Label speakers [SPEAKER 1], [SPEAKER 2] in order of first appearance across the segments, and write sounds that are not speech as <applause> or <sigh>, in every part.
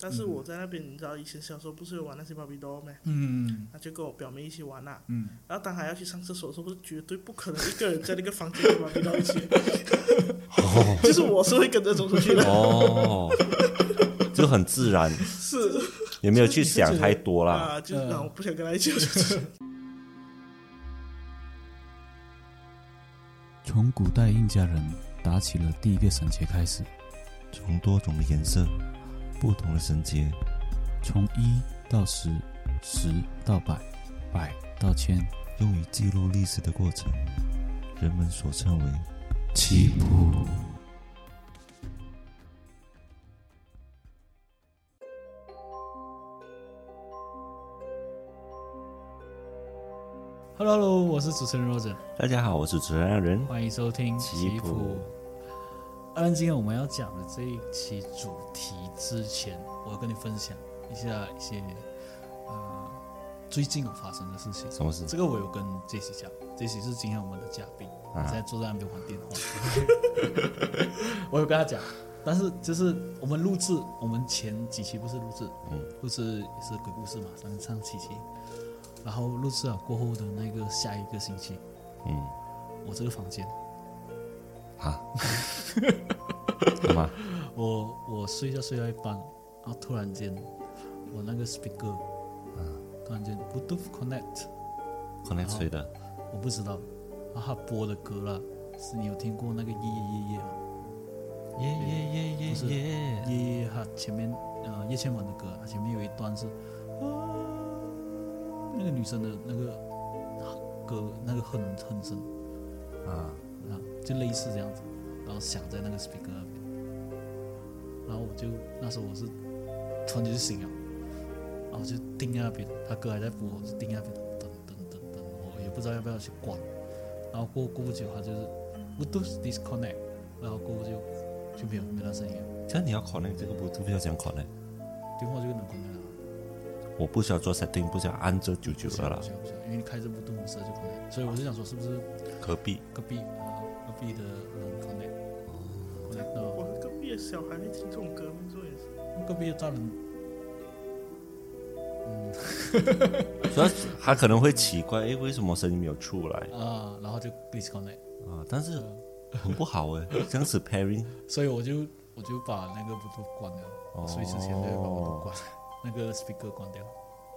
[SPEAKER 1] 但是我在那边，你知道以前小时候不是有玩那些芭比 doll 吗？
[SPEAKER 2] 嗯
[SPEAKER 1] 他就跟我表妹一起玩啦、啊
[SPEAKER 2] 嗯，
[SPEAKER 1] 然后当还要去上厕所的时候，是绝对不可能一个人在那个房间里玩芭比 doll 一起，
[SPEAKER 3] 哦
[SPEAKER 1] 就是我是会跟着走出去的，
[SPEAKER 3] 哦，就很自然，
[SPEAKER 1] 是
[SPEAKER 3] 也没有去想太多啦。
[SPEAKER 1] <laughs> 啊，就是啊，
[SPEAKER 2] 嗯
[SPEAKER 1] 我不想跟他一起走出去。
[SPEAKER 4] 从古代印加人打起了第一个绳结开始，
[SPEAKER 5] 从多种的颜色、不同的绳结、
[SPEAKER 4] 从一到十，十到百，百到千，
[SPEAKER 5] 用于记录历史的过程，人们所称为
[SPEAKER 4] 起步。
[SPEAKER 2] ，Hello Hello，我是主持人 Roger，
[SPEAKER 3] 大家好，我是主持人人，
[SPEAKER 2] 欢迎收听
[SPEAKER 3] 棋
[SPEAKER 2] 棋
[SPEAKER 3] 谱
[SPEAKER 2] 谱。按今天我们要讲的这一期主题之前，我要跟你分享一下一些呃最近有发生的事情。
[SPEAKER 3] 什么事？
[SPEAKER 2] 这个我有跟杰西讲，杰西是今天我们的嘉宾，
[SPEAKER 3] 啊
[SPEAKER 2] 现在坐在那边玩电话。 <laughs> 我有跟他讲，但是就是我们录制，我们前几期不是录制，
[SPEAKER 3] 嗯，
[SPEAKER 2] 录制也是鬼故事嘛，上上几期，然后录制了过后的那个下一个星期，
[SPEAKER 3] 嗯，
[SPEAKER 2] 我这个房间，
[SPEAKER 3] <laughs> 啊，干嘛？
[SPEAKER 2] 我我睡觉睡到一半，然后突然间我那个 speaker，突然间 Bluetooth connect，
[SPEAKER 3] 可能吹的
[SPEAKER 2] 我不知道，然后他播的歌啦，是你有听过那个夜夜夜啊夜吗？
[SPEAKER 3] 耶耶耶
[SPEAKER 2] 不是
[SPEAKER 3] 耶！
[SPEAKER 2] 叶他前面呃叶倩文的歌，他前面有一段是，啊那个女生的那个歌那个哼哼声
[SPEAKER 3] 啊，
[SPEAKER 2] 啊，就类似这样子，然后响在那个 speaker 那边，然后我就那时候我是突然就醒了，然后我就定在那边，他歌还在播，我就定在那边等等等等，我也不知道要不要去关，然后过过不久他就是 Bluetooth disconnect，然后过后就就没有没那声音了，
[SPEAKER 3] 这样你要 connect 这个不不要讲 connect，
[SPEAKER 2] 电话就能 connect 了。
[SPEAKER 3] 我不需要做 setting，不需要按这九九
[SPEAKER 2] 不行
[SPEAKER 3] 二了
[SPEAKER 2] 不，行不行，因为你开这部动车就可能，所以我就想说，是不是
[SPEAKER 3] 何必？
[SPEAKER 2] 隔壁啊隔壁的人可能可能
[SPEAKER 1] 我隔壁的小孩会听这种歌，我 <laughs> 说也是。
[SPEAKER 2] 到隔壁的大人，
[SPEAKER 3] 嗯主要是他可能会奇怪，诶，为什么声音没有出来
[SPEAKER 2] 嗯啊，然后就 disconnect，
[SPEAKER 3] 啊？但是很不好 <laughs> 诶，这样子 pairing
[SPEAKER 2] 所以我就我就把那个不都关了，
[SPEAKER 3] 哦
[SPEAKER 2] 所以之前就把不都关，那个 speaker 关掉，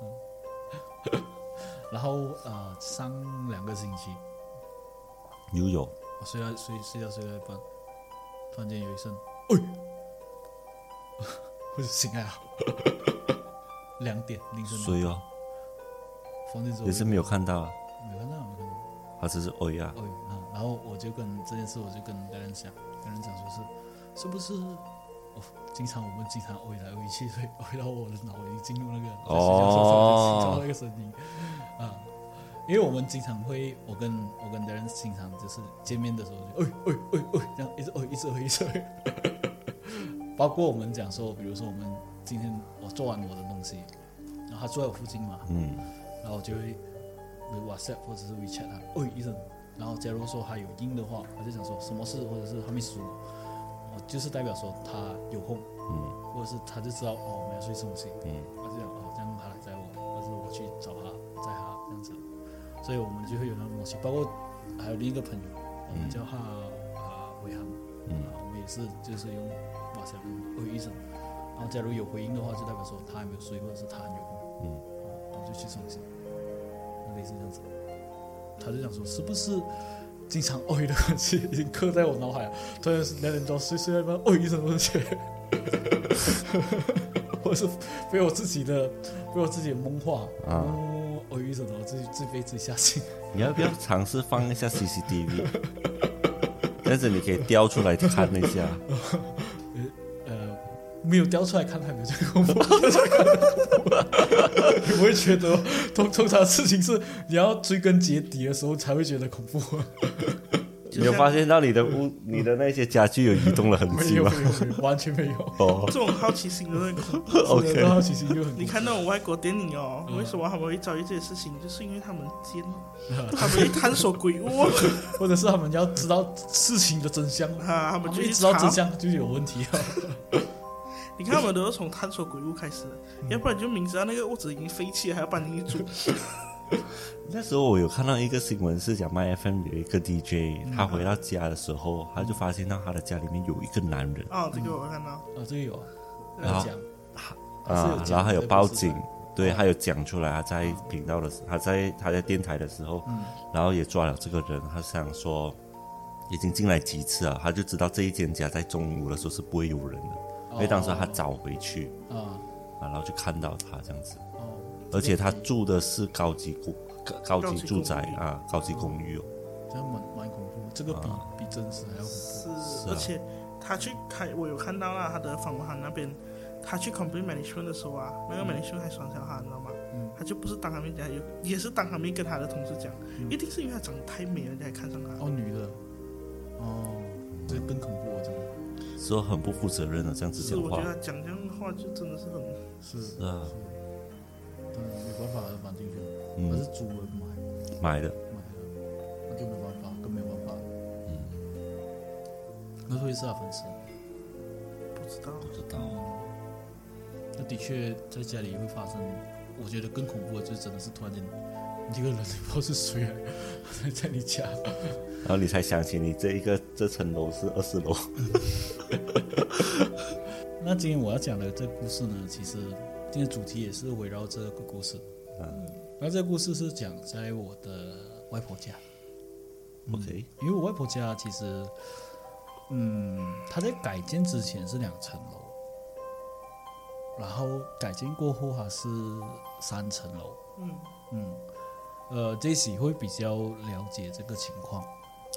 [SPEAKER 2] 嗯， <laughs> 然后呃上两个星期，
[SPEAKER 3] 又有
[SPEAKER 2] 我睡到睡睡觉睡到一半，突然间有一声，哎， <laughs> 我就醒来了，两点凌晨两点
[SPEAKER 3] 所以哦，
[SPEAKER 2] 房间只有
[SPEAKER 3] 也是没有看到啊，
[SPEAKER 2] 没看到，没看到。
[SPEAKER 3] 他只是哎呀，
[SPEAKER 2] 哦，嗯，然后我就跟这件事，我就跟家人讲，家人讲说是是不是我经常我们经常偶来偶去，所以偶到我的脑已经进入那个在睡觉的时候
[SPEAKER 3] 哦
[SPEAKER 2] 听到那个声音啊、因为我们经常会，我跟我跟家人经常就是见面的时候就哎哎哎哎这样一直哎一直哎一直哎， <laughs> 包括我们讲说，比如说我们今天我做完我的东西，然后他坐在我附近嘛，
[SPEAKER 3] 嗯，
[SPEAKER 2] 然后我就会比如 WhatsApp 或者是 WeChat 他，哦医生，然后假如说他有音的话，我就想说什么事，或者是他没输，我就是代表说他有空，
[SPEAKER 3] 嗯
[SPEAKER 2] 或者是他就知道哦我们要去吃东西，
[SPEAKER 3] 嗯，
[SPEAKER 2] 他就讲哦这样他来载我，或者是我去找他载他这样子，所以我们就会有那种东西，包括还有另一个朋友，我们
[SPEAKER 3] 嗯
[SPEAKER 2] 叫他啊伟航，
[SPEAKER 3] 嗯
[SPEAKER 2] 啊我们也是就是用 WhatsApp 哦医生，然后假如有回应的话，就代表说他还没有睡，或者是他很有空。
[SPEAKER 3] 嗯，
[SPEAKER 2] 我就去重新，类似这样子。他就想说，是不是经常哦偶遇的关系已经刻在我脑海了？啊突然两点多睡睡到一半，偶遇什么东西？ <laughs> 我是被我自己的被我自己的蒙化
[SPEAKER 3] 啊
[SPEAKER 2] 哦，偶遇什么？我自己自己被自己吓醒。 <laughs>
[SPEAKER 3] 你要不要尝试放一下 <laughs> CCTV？但是你可以调出来看一下，
[SPEAKER 2] 呃，没有雕出来看，还没有这个恐怖， <laughs> 雕出来看你不会觉得通通常事情是你要追根结底的时候才会觉得恐怖。
[SPEAKER 3] 你有发现到你的屋、你的那些家具有移动的痕
[SPEAKER 2] 没
[SPEAKER 3] 迹
[SPEAKER 2] 有
[SPEAKER 3] 吗？
[SPEAKER 2] 没有没有，完全没有。
[SPEAKER 3] 哦
[SPEAKER 1] 这种好奇心的那种，
[SPEAKER 3] ，OK，
[SPEAKER 2] 然后其实就很
[SPEAKER 1] 你看那种外国电影哦，
[SPEAKER 2] 嗯
[SPEAKER 1] 为什么他们会遭遇这些事情？就是因为他们 <laughs> 奸，他们会探索鬼啊窝
[SPEAKER 2] 或者是他们要知道事情的真相，
[SPEAKER 1] <laughs> 啊，他
[SPEAKER 2] 他
[SPEAKER 1] 们
[SPEAKER 2] 们
[SPEAKER 1] 就
[SPEAKER 2] 一
[SPEAKER 1] 去
[SPEAKER 2] 知道
[SPEAKER 1] 查 <laughs>
[SPEAKER 2] 真。相就有问题啊。
[SPEAKER 1] 你看，我们都是从探索鬼屋开始的，
[SPEAKER 2] 嗯
[SPEAKER 1] 要不然就明知道那个屋子已经废弃了，还要搬进
[SPEAKER 2] <laughs>
[SPEAKER 1] 去住。
[SPEAKER 3] 那时候我有看到一个新闻，是讲 My FM 有一个 DJ，他回到家的时候，他就发现到他的家里面有一个男人
[SPEAKER 1] 哦，这个我看到，
[SPEAKER 2] 啊，这个有啊，
[SPEAKER 1] 对
[SPEAKER 2] 要
[SPEAKER 3] 啊
[SPEAKER 2] 讲他是有
[SPEAKER 3] 啊
[SPEAKER 2] 讲，
[SPEAKER 3] 然后还有
[SPEAKER 2] 这个
[SPEAKER 3] 报
[SPEAKER 2] 故事
[SPEAKER 3] 警
[SPEAKER 2] 的，
[SPEAKER 3] 对，他有讲出来，他在频道的时，他在他在电台的时候，然后也抓了这个人，他想说已经进来几次了，他就知道这一间家在中午的时候是不会有人的，因为当时他早回去
[SPEAKER 2] 啊
[SPEAKER 3] 啊，然后就看到他这样子，
[SPEAKER 2] 哦，
[SPEAKER 3] 而且他住的是高级公高
[SPEAKER 1] 高
[SPEAKER 3] 级
[SPEAKER 1] 级
[SPEAKER 3] 住宅
[SPEAKER 1] 公寓
[SPEAKER 3] 啊，高级公寓哦，
[SPEAKER 2] 这样蛮蛮恐怖，这个比
[SPEAKER 3] 啊
[SPEAKER 2] 比真实还要恐怖。
[SPEAKER 1] 是，而且他去开，我有看到啊，他的访问行那边，他去 complain management 的时候啊，那个 management 还双小他，你知道吗？
[SPEAKER 2] 嗯
[SPEAKER 1] 他就不是当他面讲，有也是当他面跟他的同事讲，一定是因为他长得太美了，人家才看上他。
[SPEAKER 2] 嗯哦，女的，哦，这个更恐怖哦，真的
[SPEAKER 3] 说很不负责任的这样子
[SPEAKER 1] 是，
[SPEAKER 3] 讲
[SPEAKER 1] 我觉
[SPEAKER 3] 话
[SPEAKER 1] 得，他讲这样的话就真的是很，
[SPEAKER 2] 是是
[SPEAKER 3] 是啊，
[SPEAKER 2] 但没办法搬进去，他是
[SPEAKER 3] 嗯，
[SPEAKER 2] 租人买
[SPEAKER 3] 买的，
[SPEAKER 2] 买的，那就没办法，更没办法。那会是他粉丝，啊
[SPEAKER 1] 不知道，
[SPEAKER 3] 不知道
[SPEAKER 2] 哦那的确在家里会发生，我觉得更恐怖的就是真的是突然间，你这个人不知道是谁来，在在你家，
[SPEAKER 3] 然后你才想起你这一个这层楼是二十楼，
[SPEAKER 2] 那今天我要讲的这个故事呢，其实今天主题也是围绕这个故事。
[SPEAKER 3] 嗯
[SPEAKER 2] 那这个故事是讲在我的外婆家，
[SPEAKER 3] ，OK，
[SPEAKER 2] 因为我外婆家其实，嗯，她在改建之前是两层楼，然后改建过后它是三层楼。
[SPEAKER 1] 嗯，
[SPEAKER 2] 嗯，呃，Jesse 会比较了解这个情况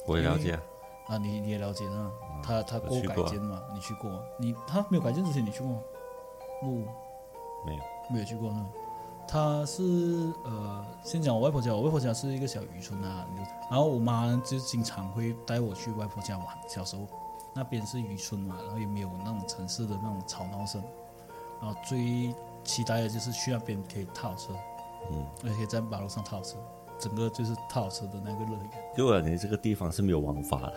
[SPEAKER 3] 我也了解啊。
[SPEAKER 2] 啊，你你也了解呢？他他
[SPEAKER 3] 我
[SPEAKER 2] 过
[SPEAKER 3] 去
[SPEAKER 2] 改
[SPEAKER 3] 过啊
[SPEAKER 2] 建嘛？你去过吗？你他没有改建之前你去过吗？木
[SPEAKER 3] 没有，
[SPEAKER 2] 没有去过呢。他是呃，先讲我外婆家，我外婆家是一个小渔村啊，然后我妈就经常会带我去外婆家玩。小时候那边是渔村嘛，然后也没有那种城市的那种吵闹声，然后最期待的就是去那边可以踏好车，
[SPEAKER 3] 嗯，
[SPEAKER 2] 而且在马路上踏好车，整个就是踏好车的那个乐园。
[SPEAKER 3] 就感觉这个地方是没有王法的。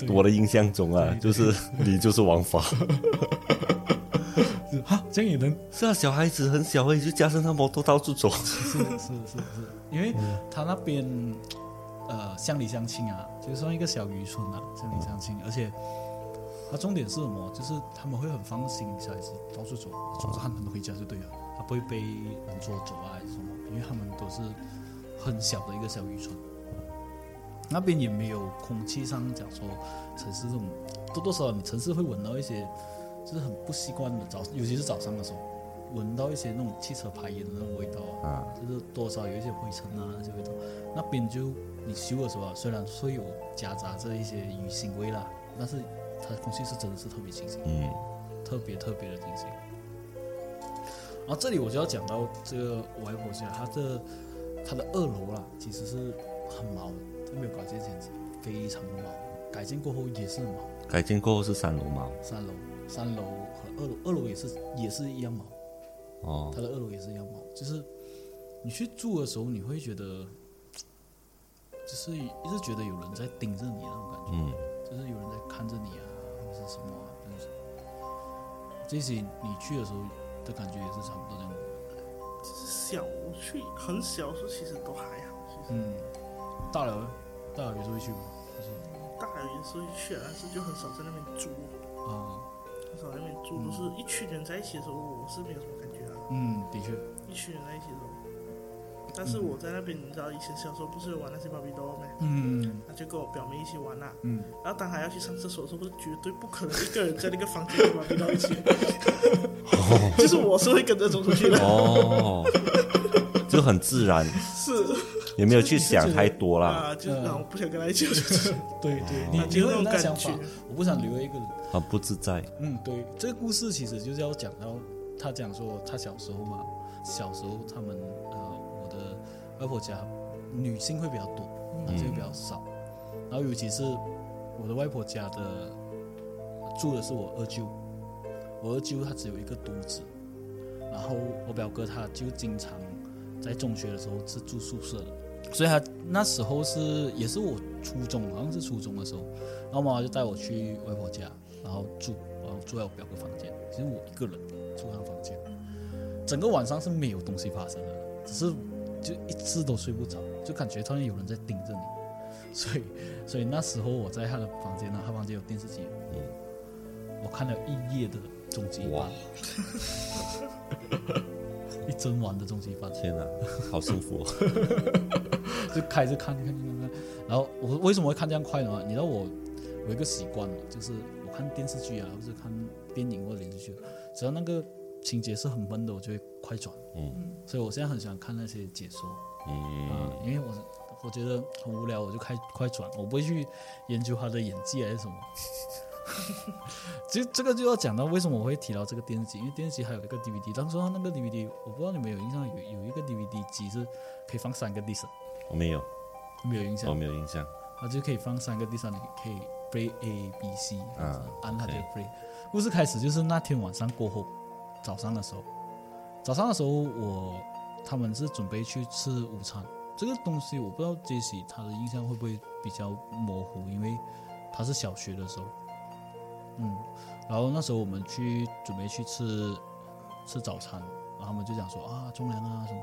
[SPEAKER 2] 对
[SPEAKER 3] 我的印象中啊，就是你就是王法。
[SPEAKER 2] 是哈，这样也能
[SPEAKER 3] 是啊，小孩子很小而已，就加上他摩托到处走。
[SPEAKER 2] 是 <laughs> 是是是，因为他那边呃乡里乡亲啊，就算一个小渔村啊，乡里乡亲，而且他重点是什么？就是他们会很放心小孩子到处走，总之他们回家就对了，他不会被人捉走啊还是什么，因为他们都是很小的一个小渔村，那边也没有空气上讲说城市这种多多少少你城市会闻到一些就是很不习惯的早，尤其是早上的时候。闻到一些那种汽车排烟的那种味道啊，
[SPEAKER 3] 啊，
[SPEAKER 2] 就是多少有一些灰尘啊那些味道。那边就你修的时候啊，虽然说有夹杂着一些鱼腥味啦，但是它的空气是真的是特别清新，
[SPEAKER 3] 嗯，
[SPEAKER 2] 特别特别的清新。然后这里我就要讲到这个我外婆家，她的她的二楼啦，其实是很毛的，它没有改建前是非常的毛，改建过后也是很毛。
[SPEAKER 3] 改建过后是三楼嘛？
[SPEAKER 2] 三楼、三楼和二楼，二楼也是也是一样毛。
[SPEAKER 3] 哦
[SPEAKER 2] 它，的二楼也是一样嘛，就是你去住的时候，你会觉得，就是一直觉得有人在盯着你那种感觉，
[SPEAKER 3] 嗯，
[SPEAKER 2] 就是有人在看着你啊，或者是什么啊，就是这些你去的时候的感觉也是差不多这样。
[SPEAKER 1] 就是小我去很小的时候其实都还好，其实
[SPEAKER 2] 嗯，大了，大了有时候会去吗？就是
[SPEAKER 1] 大了有时候去啊，但是就很少在那边住，
[SPEAKER 2] 啊，
[SPEAKER 1] 很少在那边住，都是一群人在一起的时候，我是没有什么感觉啊。
[SPEAKER 2] 嗯，的确，
[SPEAKER 1] 一群人在一起走。但是我在那边，你知道以前小时候不是有玩那些芭比 doll 吗？
[SPEAKER 2] 嗯
[SPEAKER 1] 他就跟我表妹一起玩啦、
[SPEAKER 2] 嗯，
[SPEAKER 1] 然后当他要去上厕所的时候，我是绝对不可能一个人在那个房间跟芭比 doll 一起。就是我是会跟着走出
[SPEAKER 2] <laughs>
[SPEAKER 1] 去的，
[SPEAKER 3] 哦， <laughs> 就很自然，
[SPEAKER 1] 是
[SPEAKER 3] 也没有去想太多啦，
[SPEAKER 1] 啊，就是啊，我不想跟他一起，就是
[SPEAKER 2] 对对，你
[SPEAKER 1] 啊
[SPEAKER 2] 你
[SPEAKER 1] 就
[SPEAKER 2] 会
[SPEAKER 1] 那种
[SPEAKER 2] 有那个想
[SPEAKER 1] 感
[SPEAKER 2] 法
[SPEAKER 1] 觉，。
[SPEAKER 2] 我不想留一个人。
[SPEAKER 3] 很啊不自在。
[SPEAKER 2] 嗯，对，这个故事其实就是要讲到他讲说他小时候嘛，小时候他们呃我的外婆家女性会比较多，男性会比较少，然后尤其是我的外婆家的呃住的是我二舅，我二舅他只有一个独子，然后我表哥他就经常在中学的时候是住宿舍的，所以他那时候是也是我初中，好像是初中的时候，然后妈妈就带我去外婆家，然后住，然后后坐在我表哥房间，其实我一个人住他房间，整个晚上是没有东西发生的，只是就一次都睡不着，就感觉突然有人在盯着你，所以所以那时候我在他的房间呢，他房间有电视机，
[SPEAKER 3] 嗯
[SPEAKER 2] 我看了一夜的终极一班， <laughs> 一整晚的终极一班，
[SPEAKER 3] 天哪，好幸福、哦！
[SPEAKER 2] 就开着看，看，看，看，看。然后我为什么会看这样快呢？你知道我我有一个习惯嘛，就是我看电视剧啊，或者看电影或者连续剧，只要那个情节是很闷的，我就会快转。
[SPEAKER 3] 嗯
[SPEAKER 2] 所以我现在很喜欢看那些解说啊
[SPEAKER 3] 嗯，
[SPEAKER 2] 因为我我觉得很无聊，我就开快转，我不会去研究他的演技还是什么。 <laughs> 其实这个就要讲到为什么我会提到这个电视机，因为电视机还有一个 DVD，当时它那个 DVD 我不知道你们有印象，有有一个 DVD 机是可以放三个 disc，
[SPEAKER 3] 我没有，
[SPEAKER 2] 你们有印象吗？
[SPEAKER 3] 我没有印象。
[SPEAKER 2] 它就可以放三个第三个可以 play A B C，
[SPEAKER 3] 嗯
[SPEAKER 2] 按它就
[SPEAKER 3] 对
[SPEAKER 2] play。故事开始就是那天晚上过后，早上的时候，早上的时候我他们是准备去吃午餐，这个东西我不知道杰西他的印象会不会比较模糊，因为他是小学的时候，嗯，然后那时候我们去准备去吃吃早餐，然后他们就讲说啊中粮啊什么，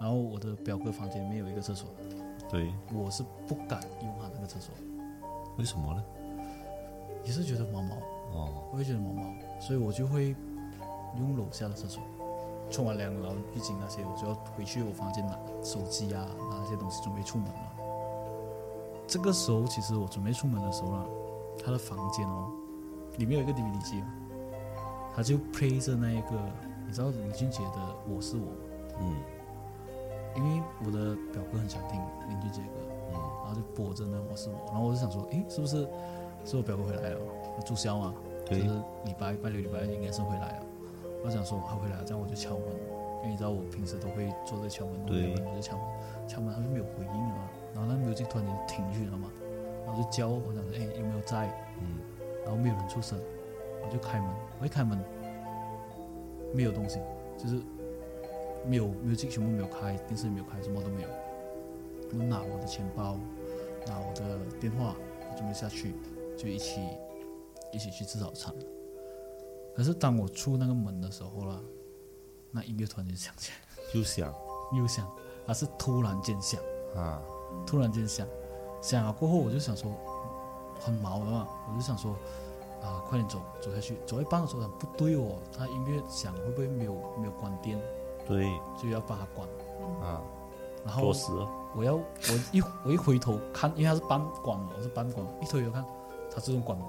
[SPEAKER 2] 然后我的表哥房间里面有一个厕所，
[SPEAKER 3] 对，
[SPEAKER 2] 我是不敢用他那个厕所。
[SPEAKER 3] 为什么呢？
[SPEAKER 2] 也是觉得毛毛，
[SPEAKER 3] 哦，
[SPEAKER 2] 我也觉得毛毛，所以我就会用楼下的厕所冲完凉，然后浴巾那些，我就要回去我房间拿手机啊，拿那些东西准备出门了。这个时候，其实我准备出门的时候啊，他的房间哦，里面有一个 DVD 机，他就配着那一个，你知道林俊杰的《我是我》吗，
[SPEAKER 3] 嗯
[SPEAKER 2] 因为我的表哥很喜欢听林俊杰的歌，
[SPEAKER 3] 嗯
[SPEAKER 2] 然后就播着呢《我是我》，然后我就想说，诶，是不是是我表哥回来了，注销啊嘛？就
[SPEAKER 3] 对
[SPEAKER 2] 是礼拜拜六、礼拜日应该是回来了。我想说他回来了，这样我就敲门，因为你知道我平时都会坐在敲门那
[SPEAKER 3] 对
[SPEAKER 2] 边，我就敲门，敲门他就没有回应啊，然后那 music 突然间停去了嘛，然后就叫我想说，哎，有没有在？
[SPEAKER 3] 嗯，
[SPEAKER 2] 然后没有人出声，我就开门，我一开门，没有东西，就是没有 music 全部没有开，电视也没有开，什么都没有。我拿我的钱包，拿我的电话，我准备下去，就一起一起去吃早餐。可是当我出那个门的时候啦，那音乐突然间响起来，
[SPEAKER 3] 就想
[SPEAKER 2] 又响，它是突然间响。
[SPEAKER 3] 啊，
[SPEAKER 2] 突然间想，想了过后我就想说，很毛的嘛，我就想说，啊，快点走，走下去，走一半的时候想不对哦，他音乐响会不会没有没有关电，
[SPEAKER 3] 对
[SPEAKER 2] 就要把它关，
[SPEAKER 3] 啊，
[SPEAKER 2] 然后
[SPEAKER 3] 作死哦，
[SPEAKER 2] 我要我一我一回头看，因为它是半关嘛，我是半关，一回头看，它自动关门，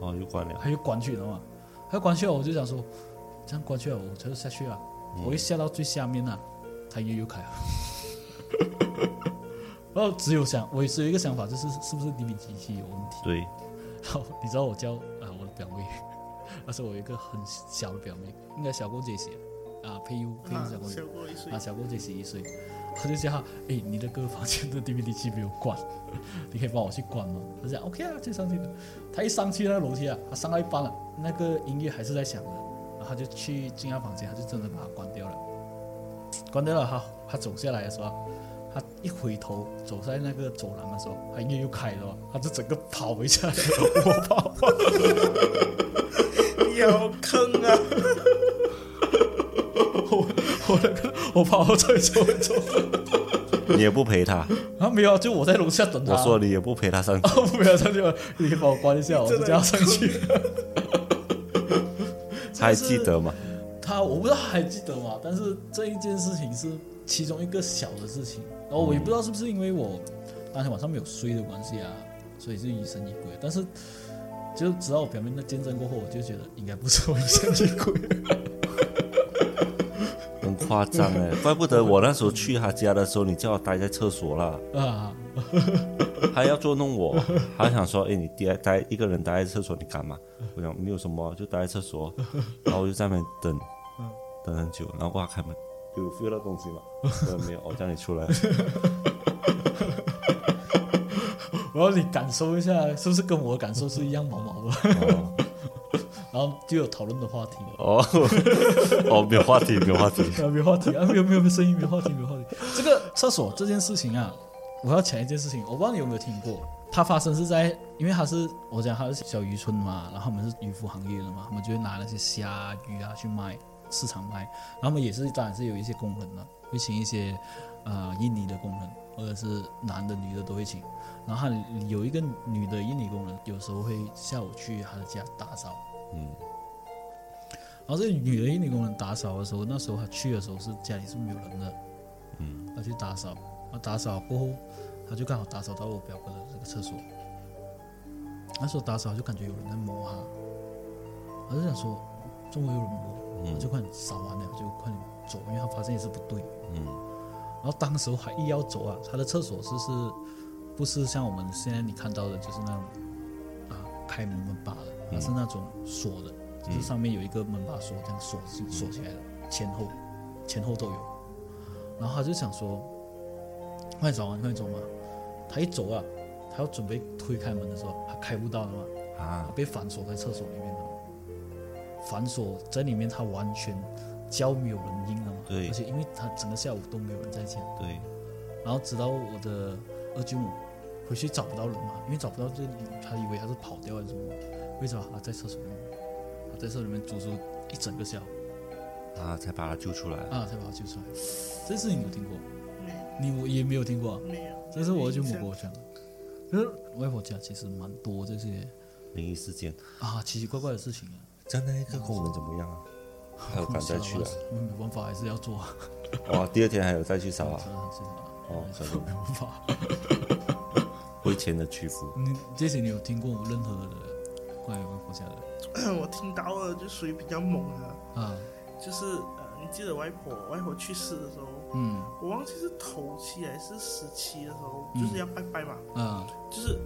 [SPEAKER 3] 哦，又关了。
[SPEAKER 2] 它就关去了嘛，它关去了，我就想说，这样关去了，我才下去啊，我一下到最下面啊，它音乐又开了。 <laughs> 然后只有想，我只有一个想法，就是是不是 DVD 机有问题？
[SPEAKER 3] <laughs>
[SPEAKER 2] <laughs>
[SPEAKER 3] 对，
[SPEAKER 2] 然后你知道我叫啊、我的表妹， <laughs> 那时候我有一个很小的表妹，应该小过这些啊，配音配音
[SPEAKER 1] 啊
[SPEAKER 2] 小过，
[SPEAKER 1] 小过一岁
[SPEAKER 2] 啊，，小过这些一岁，她就叫她，哎，你的歌房间的 DVD 机没有关， <laughs> 你可以帮我去关吗？她讲 OK 啊，就上去了。她一上去那个楼梯啊，她上到一半了，那个音乐还是在响的，然后她就去进她房间，她就真的把它关掉了。关掉了，她她走下来的时候啊，她一回头走在那个走廊的时候，她音乐又开了，她就整个跑回家，我跑。
[SPEAKER 1] 你好坑啊！
[SPEAKER 2] 我 <laughs> 我那个我跑到厕所走，
[SPEAKER 3] 你也不陪 <laughs> 他，
[SPEAKER 2] 啊没有啊，就我在楼下等他。<laughs>
[SPEAKER 3] 我说你也不陪他上去。
[SPEAKER 2] 不要上去了，你可以把我关一下，我
[SPEAKER 1] 真
[SPEAKER 2] 不
[SPEAKER 1] 的
[SPEAKER 2] 要上去。
[SPEAKER 3] <laughs> 他还记得吗？
[SPEAKER 2] 他我不知道他还记得吗？ <laughs> 但是这一件事情是其中一个小的事情，然后我也不知道是不是因为我当天晚上没有睡的关系啊，所以就疑神疑鬼。但是就直到我表妹那见证过后，我就觉得应该不是我疑神疑鬼。
[SPEAKER 3] 很夸张哎， <laughs> 怪不得我那时候去他家的时候，你叫我待在厕所了，
[SPEAKER 2] 啊，
[SPEAKER 3] 他要捉弄 <laughs> 我，他想说，哎，你待待一个人待在厕所，你干嘛？我讲没有什么，啊就待在厕 <laughs> 所，然后我就在那边等，等很久，然后过他开门，有嗯 feel 到东西 <laughs> 吗？我说没有，我叫你出 <laughs> 来，
[SPEAKER 2] 我要你感受一下，是不是跟我的感受是一样毛毛的？
[SPEAKER 3] 哦
[SPEAKER 2] 然后就有讨论的话题了。
[SPEAKER 3] 哦，哦，没有话题，没有话 <laughs> 题，
[SPEAKER 2] 啊，没话题啊，没有没有没有声音，没话题，没话题。这个厕所这件事情啊，我要讲一件事情，我不知道你有没有听过，它发生是在，因为它是我讲它是小渔村嘛，然后他们是渔夫行业的嘛，他们就会拿那些虾鱼啊去卖市场卖，然后他们也是当然是有一些工人了，会请一些呃印尼的工人，或者是男的女的都会请。然后他有一个女的印尼工人，有时候会下午去他的家打扫，
[SPEAKER 3] 嗯，
[SPEAKER 2] 然后这个哦女的印尼工人打扫的时候，那时候她去的时候是家里是没有人的，
[SPEAKER 3] 嗯，
[SPEAKER 2] 她去打扫，她打扫过后，她就刚好打扫到我表哥的这个厕所，那时候打扫就感觉有人在摸她，她就想说，中国有人摸，我就快点扫完了，就快点走，因为她发现也是不对，
[SPEAKER 3] 嗯
[SPEAKER 2] 然后当时我还硬要走啊，他的厕所是是不是像我们现在你看到的，就是那种啊开门门把的，它是
[SPEAKER 3] 嗯
[SPEAKER 2] 那种锁的，就是上面有一个门把锁这样锁起锁起来的，前后前后都有。然后他就想说，快点走啊，快点走嘛！他一走啊，他要准备推开门的时候，他开不到的嘛，他
[SPEAKER 3] 啊，
[SPEAKER 2] 被反锁在厕所里面的嘛。反锁在里面，他完全教没有人应了嘛。
[SPEAKER 3] 对
[SPEAKER 2] 而且因为他整个下午都没有人在家，
[SPEAKER 3] 对，
[SPEAKER 2] 然后直到我的二舅母回去找不到人嘛，因为找不到这里，他以为他是跑掉还是什么，为什么他在厕所里面？他在厕所里面足足一整个下午
[SPEAKER 3] 啊，才把他救出来。
[SPEAKER 2] 啊，才把他救出来。这事你有听过？
[SPEAKER 1] 没
[SPEAKER 2] 你我也没有听过、啊，
[SPEAKER 1] 没有，
[SPEAKER 2] 这是我二舅母
[SPEAKER 1] 没
[SPEAKER 2] 跟
[SPEAKER 1] 有
[SPEAKER 2] 我讲的。可是外婆家其实蛮多这些
[SPEAKER 3] 灵异事件，
[SPEAKER 2] 啊奇奇怪怪的事情啊，
[SPEAKER 3] 在那一个工人怎么样啊？还有敢再去啊？
[SPEAKER 2] 嗯没办法，还是要做啊。
[SPEAKER 3] 哇，第二天还有再去烧 <laughs>
[SPEAKER 2] 是
[SPEAKER 3] 啊？
[SPEAKER 2] 啊是啊
[SPEAKER 3] 哦，可能
[SPEAKER 2] 没办法。
[SPEAKER 3] 为钱的屈服。
[SPEAKER 2] 你这些你有听过任何的关于外婆家的
[SPEAKER 1] <laughs> 我听到了，就属于比较猛的，
[SPEAKER 2] 啊？
[SPEAKER 1] 就是呃，你记得外婆外婆去世的时候，
[SPEAKER 2] 嗯
[SPEAKER 1] 我忘记是头七还是十七的时候，
[SPEAKER 2] 嗯
[SPEAKER 1] 就是要拜拜嘛，
[SPEAKER 2] 啊
[SPEAKER 1] 就是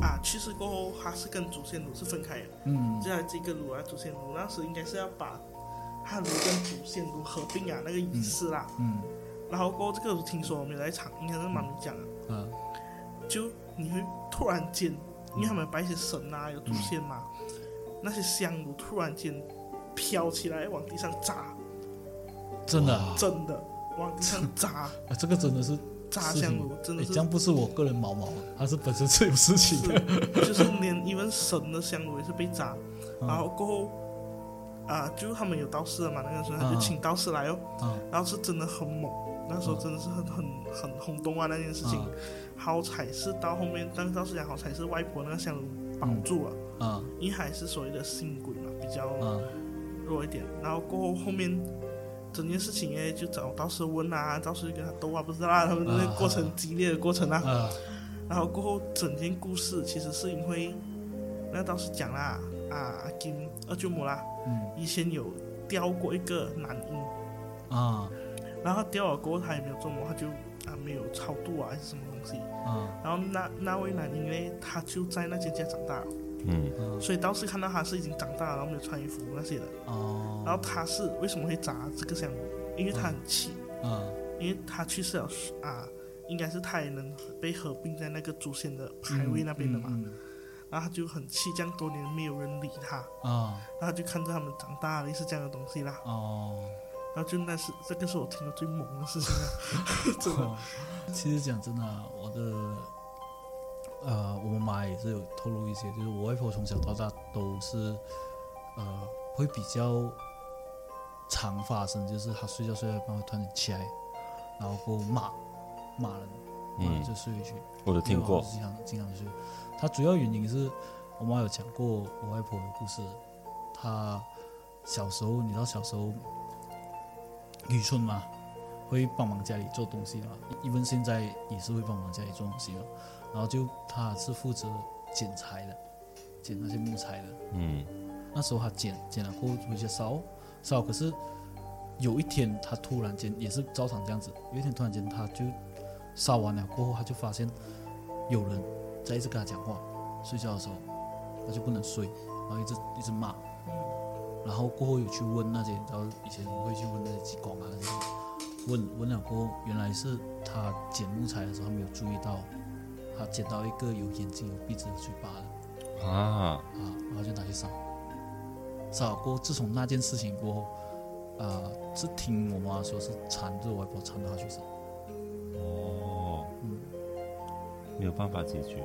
[SPEAKER 1] 啊，去世过后，它是跟主线炉是分开的，
[SPEAKER 2] 嗯
[SPEAKER 1] 就在这个炉啊，主线炉那时应该是要把它炉跟主线炉合并啊，那个仪式啦。
[SPEAKER 2] 嗯
[SPEAKER 1] 然后过后这个炉听说我没有在场，应该是妈咪讲的，
[SPEAKER 2] 啊
[SPEAKER 1] 就你会突然间，因为他们
[SPEAKER 2] 嗯
[SPEAKER 1] 拜一些神啊，有祖先嘛，那些香炉突然间飘起来往地上砸，
[SPEAKER 2] 真的啊，
[SPEAKER 1] 真的往地
[SPEAKER 2] <laughs>
[SPEAKER 1] 上砸
[SPEAKER 2] 啊这个真的是，
[SPEAKER 1] 砸
[SPEAKER 2] 是
[SPEAKER 1] 香炉，真
[SPEAKER 2] 哎
[SPEAKER 1] 的，是
[SPEAKER 2] 这样不是我个人毛毛的，它是本身是有事情的。
[SPEAKER 1] 是，就是连一问神的香炉也是被砸，
[SPEAKER 2] 嗯
[SPEAKER 1] 然后过后啊、就他们有道士了嘛，那个时候他
[SPEAKER 2] 嗯
[SPEAKER 1] 就请道士来哦，
[SPEAKER 2] 啊
[SPEAKER 1] 然后是真的很猛，那时候真的是很很很轰动啊那件事情。
[SPEAKER 2] 啊
[SPEAKER 1] 好彩是到后面，但是道士讲好彩是外婆那个香炉保住了，
[SPEAKER 2] 啊
[SPEAKER 1] 因为还是所谓的性鬼嘛，比较
[SPEAKER 2] 啊
[SPEAKER 1] 弱一点。然后过后后面整件事情哎，就找道士问啊，道士就跟他斗啊，不知道啊，他们
[SPEAKER 2] 嗯
[SPEAKER 1] 那个过程激烈的过程啊。
[SPEAKER 2] 啊
[SPEAKER 1] 然后过后整件故事其实是因为那道士讲啦啊，阿金二舅母啦，
[SPEAKER 2] 嗯
[SPEAKER 1] 以前有雕过一个男婴。
[SPEAKER 2] 啊
[SPEAKER 1] 然后他掉了过后，他也没有做梦，他就啊没有超度啊还是什么东西。
[SPEAKER 2] 啊
[SPEAKER 1] 然后那那位男婴呢，他就在那间家长大了，
[SPEAKER 3] 嗯，
[SPEAKER 2] 啊
[SPEAKER 1] 所以当时看到他是已经长大了，然后没有穿衣服那些的。
[SPEAKER 2] 哦
[SPEAKER 1] 然后他是为什么会砸这个香炉？因为他很气，
[SPEAKER 2] 啊
[SPEAKER 1] 因为他去世了啊，应该是他也能被合并在那个祖先的牌位那边的嘛。
[SPEAKER 2] 嗯嗯
[SPEAKER 1] 然后他就很气，这样多年没有人理他，
[SPEAKER 2] 嗯啊
[SPEAKER 1] 然后他就看着他们长大，类似这样的东西啦。
[SPEAKER 2] 哦。
[SPEAKER 1] 然后就那是这个是我听到最猛的事情啊了，真的。
[SPEAKER 2] 哦其实讲真的啊，我的呃，我妈妈也是有透露一些，就是我外婆从小到大都是呃会比较常发生，就是她睡觉睡到一半会突然起来，然后过后骂骂人，骂人
[SPEAKER 3] 嗯
[SPEAKER 2] 就睡回去。
[SPEAKER 3] 我都听
[SPEAKER 2] 因为
[SPEAKER 3] 过
[SPEAKER 2] 我经常经常去。他主要原因是我妈有讲过我外婆的故事，她小时候，你知道小时候渔村嘛，会帮忙家里做东西的嘛，一一般现在也是会帮忙家里做东西的，然后就她是负责捡柴的，捡那些木材的。
[SPEAKER 3] 嗯
[SPEAKER 2] 那时候他捡捡了过后回去烧烧，可是有一天他突然间也是照常这样子，有一天突然间他就烧完了过后，他就发现有人在一直跟他讲话，睡觉的时候他就不能睡，然后一直一直骂，然后过后有去问那些，然后以前我会去问那些技工啊那些，问问了过后，原来是他捡木材的时候他没有注意到，他捡到一个有眼睛有鼻子有嘴巴的。
[SPEAKER 3] 啊，
[SPEAKER 2] 啊，然后就拿去烧。烧过，自从那件事情过后，呃，是听我妈说是缠着我外婆缠着她去烧。
[SPEAKER 3] 哦，
[SPEAKER 2] 嗯，
[SPEAKER 3] 没有办法解决。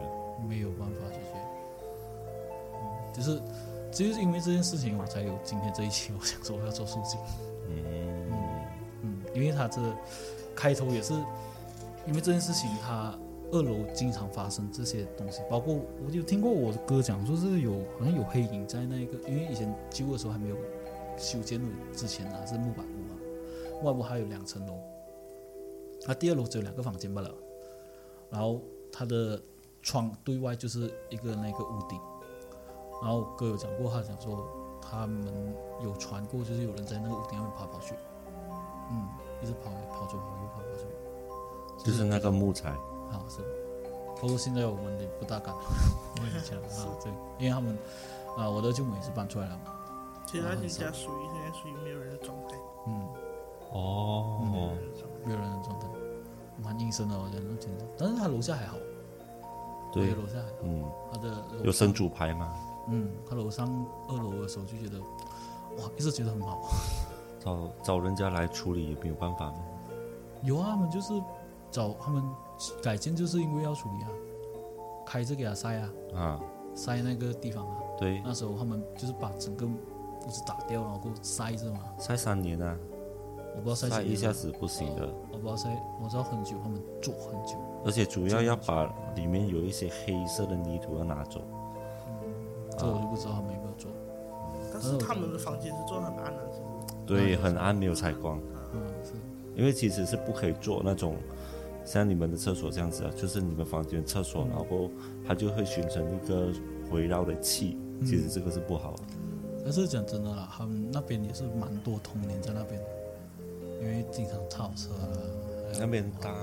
[SPEAKER 2] 没有办法解决。嗯，就是就是因为这件事情，我才有今天这一期。我想说我要做书记，
[SPEAKER 3] 嗯
[SPEAKER 2] 嗯，因为他这开头也是因为这件事情，他二楼经常发生这些东西，包括我有听过我的哥讲，说是有好像有黑影在那个，因为以前旧的时候还没有修建路之前啊是木板屋嘛，外屋还有两层楼，它第二楼只有两个房间罢了，然后它的窗对外就是一个那个屋顶，然后我哥有讲过，他讲说他们有传过，就是有人在那个屋顶上面跑来跑去。嗯，一直跑来跑去，跑去跑过去，
[SPEAKER 3] 就是那个木材，
[SPEAKER 2] 啊是。不过现在我们也不大敢了， <laughs> 我以前啊对，因为他们啊我的舅母也是搬出来了嘛，
[SPEAKER 1] 其实他现在属于现在属于没有人的状态，
[SPEAKER 2] 嗯，
[SPEAKER 1] 没有
[SPEAKER 3] 哦，
[SPEAKER 1] 人的状态。
[SPEAKER 2] 没有人的状态，蛮阴森的，我觉得那天，但是他楼下还好，
[SPEAKER 3] 对
[SPEAKER 2] 我觉得楼下还好，
[SPEAKER 3] 嗯，
[SPEAKER 2] 他的楼
[SPEAKER 3] 有生猪牌吗？
[SPEAKER 2] 嗯，他楼上二楼的时候就觉得，哇，一直觉得很好， <laughs>
[SPEAKER 3] 找找人家来处理也没有办法吗？
[SPEAKER 2] 有啊，他们就是找他们改建，就是因为要处理啊，开着给他塞啊，
[SPEAKER 3] 啊，
[SPEAKER 2] 塞那个地方啊，
[SPEAKER 3] 对，
[SPEAKER 2] 那时候他们就是把整个屋子打掉，然后给我塞着嘛，
[SPEAKER 3] 晒三年啊，
[SPEAKER 2] 我不知道塞
[SPEAKER 3] 晒啊
[SPEAKER 2] 几
[SPEAKER 3] 一下
[SPEAKER 2] 年，
[SPEAKER 3] 子不行的，
[SPEAKER 2] 我不知道塞，我知道很久，他们做很久，
[SPEAKER 3] 而且主要要把里面有一些黑色的泥土要拿走。
[SPEAKER 2] 这我就不知道他们有没有做。
[SPEAKER 1] 但是他们的房间是做得很暗的，啊
[SPEAKER 3] 对，很暗，没有采光，
[SPEAKER 2] 嗯，是，
[SPEAKER 3] 因为其实是不可以做那种像你们的厕所这样子啊，就是你们房间厕所，然后它就会形成一个围绕的气，
[SPEAKER 2] 嗯
[SPEAKER 3] 其实这个是不好的。
[SPEAKER 2] 但是讲真的啦，他们那边也是蛮多童年在那边，因为经常超车啊，还有
[SPEAKER 3] 那边很大
[SPEAKER 2] 啊，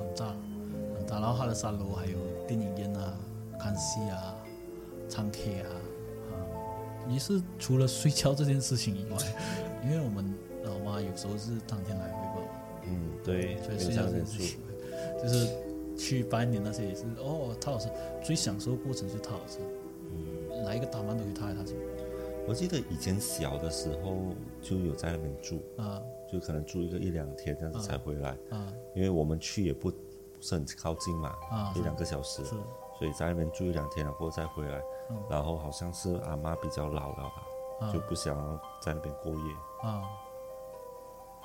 [SPEAKER 2] 很大，很大。然后他的三楼还有电影院啊、看戏啊、唱 K 啊，啊，也是除了睡觉这件事情以外， <laughs> 因为我们老妈有时候是当天来回吧，
[SPEAKER 3] 嗯，对，
[SPEAKER 2] 所以
[SPEAKER 3] 没有
[SPEAKER 2] 睡
[SPEAKER 3] 这
[SPEAKER 2] 觉
[SPEAKER 3] 样
[SPEAKER 2] 这
[SPEAKER 3] 的
[SPEAKER 2] 件事情，就是去拜年那些也是哦，他老师最享受的过程就是他老师，
[SPEAKER 3] 嗯
[SPEAKER 2] 来一个打馒头给他来他去
[SPEAKER 3] 我记得以前小的时候就有在那边住，
[SPEAKER 2] 啊
[SPEAKER 3] 就可能住一个一两天这样子才回来，
[SPEAKER 2] 啊
[SPEAKER 3] 因为我们去也不不是很靠近嘛，
[SPEAKER 2] 啊，
[SPEAKER 3] 一两个小时，
[SPEAKER 2] 是
[SPEAKER 3] 所以在那边住一两天，然后再回来。
[SPEAKER 2] 嗯
[SPEAKER 3] 然后好像是阿妈比较老了吧，
[SPEAKER 2] 啊
[SPEAKER 3] 就不想要在那边过夜，
[SPEAKER 2] 啊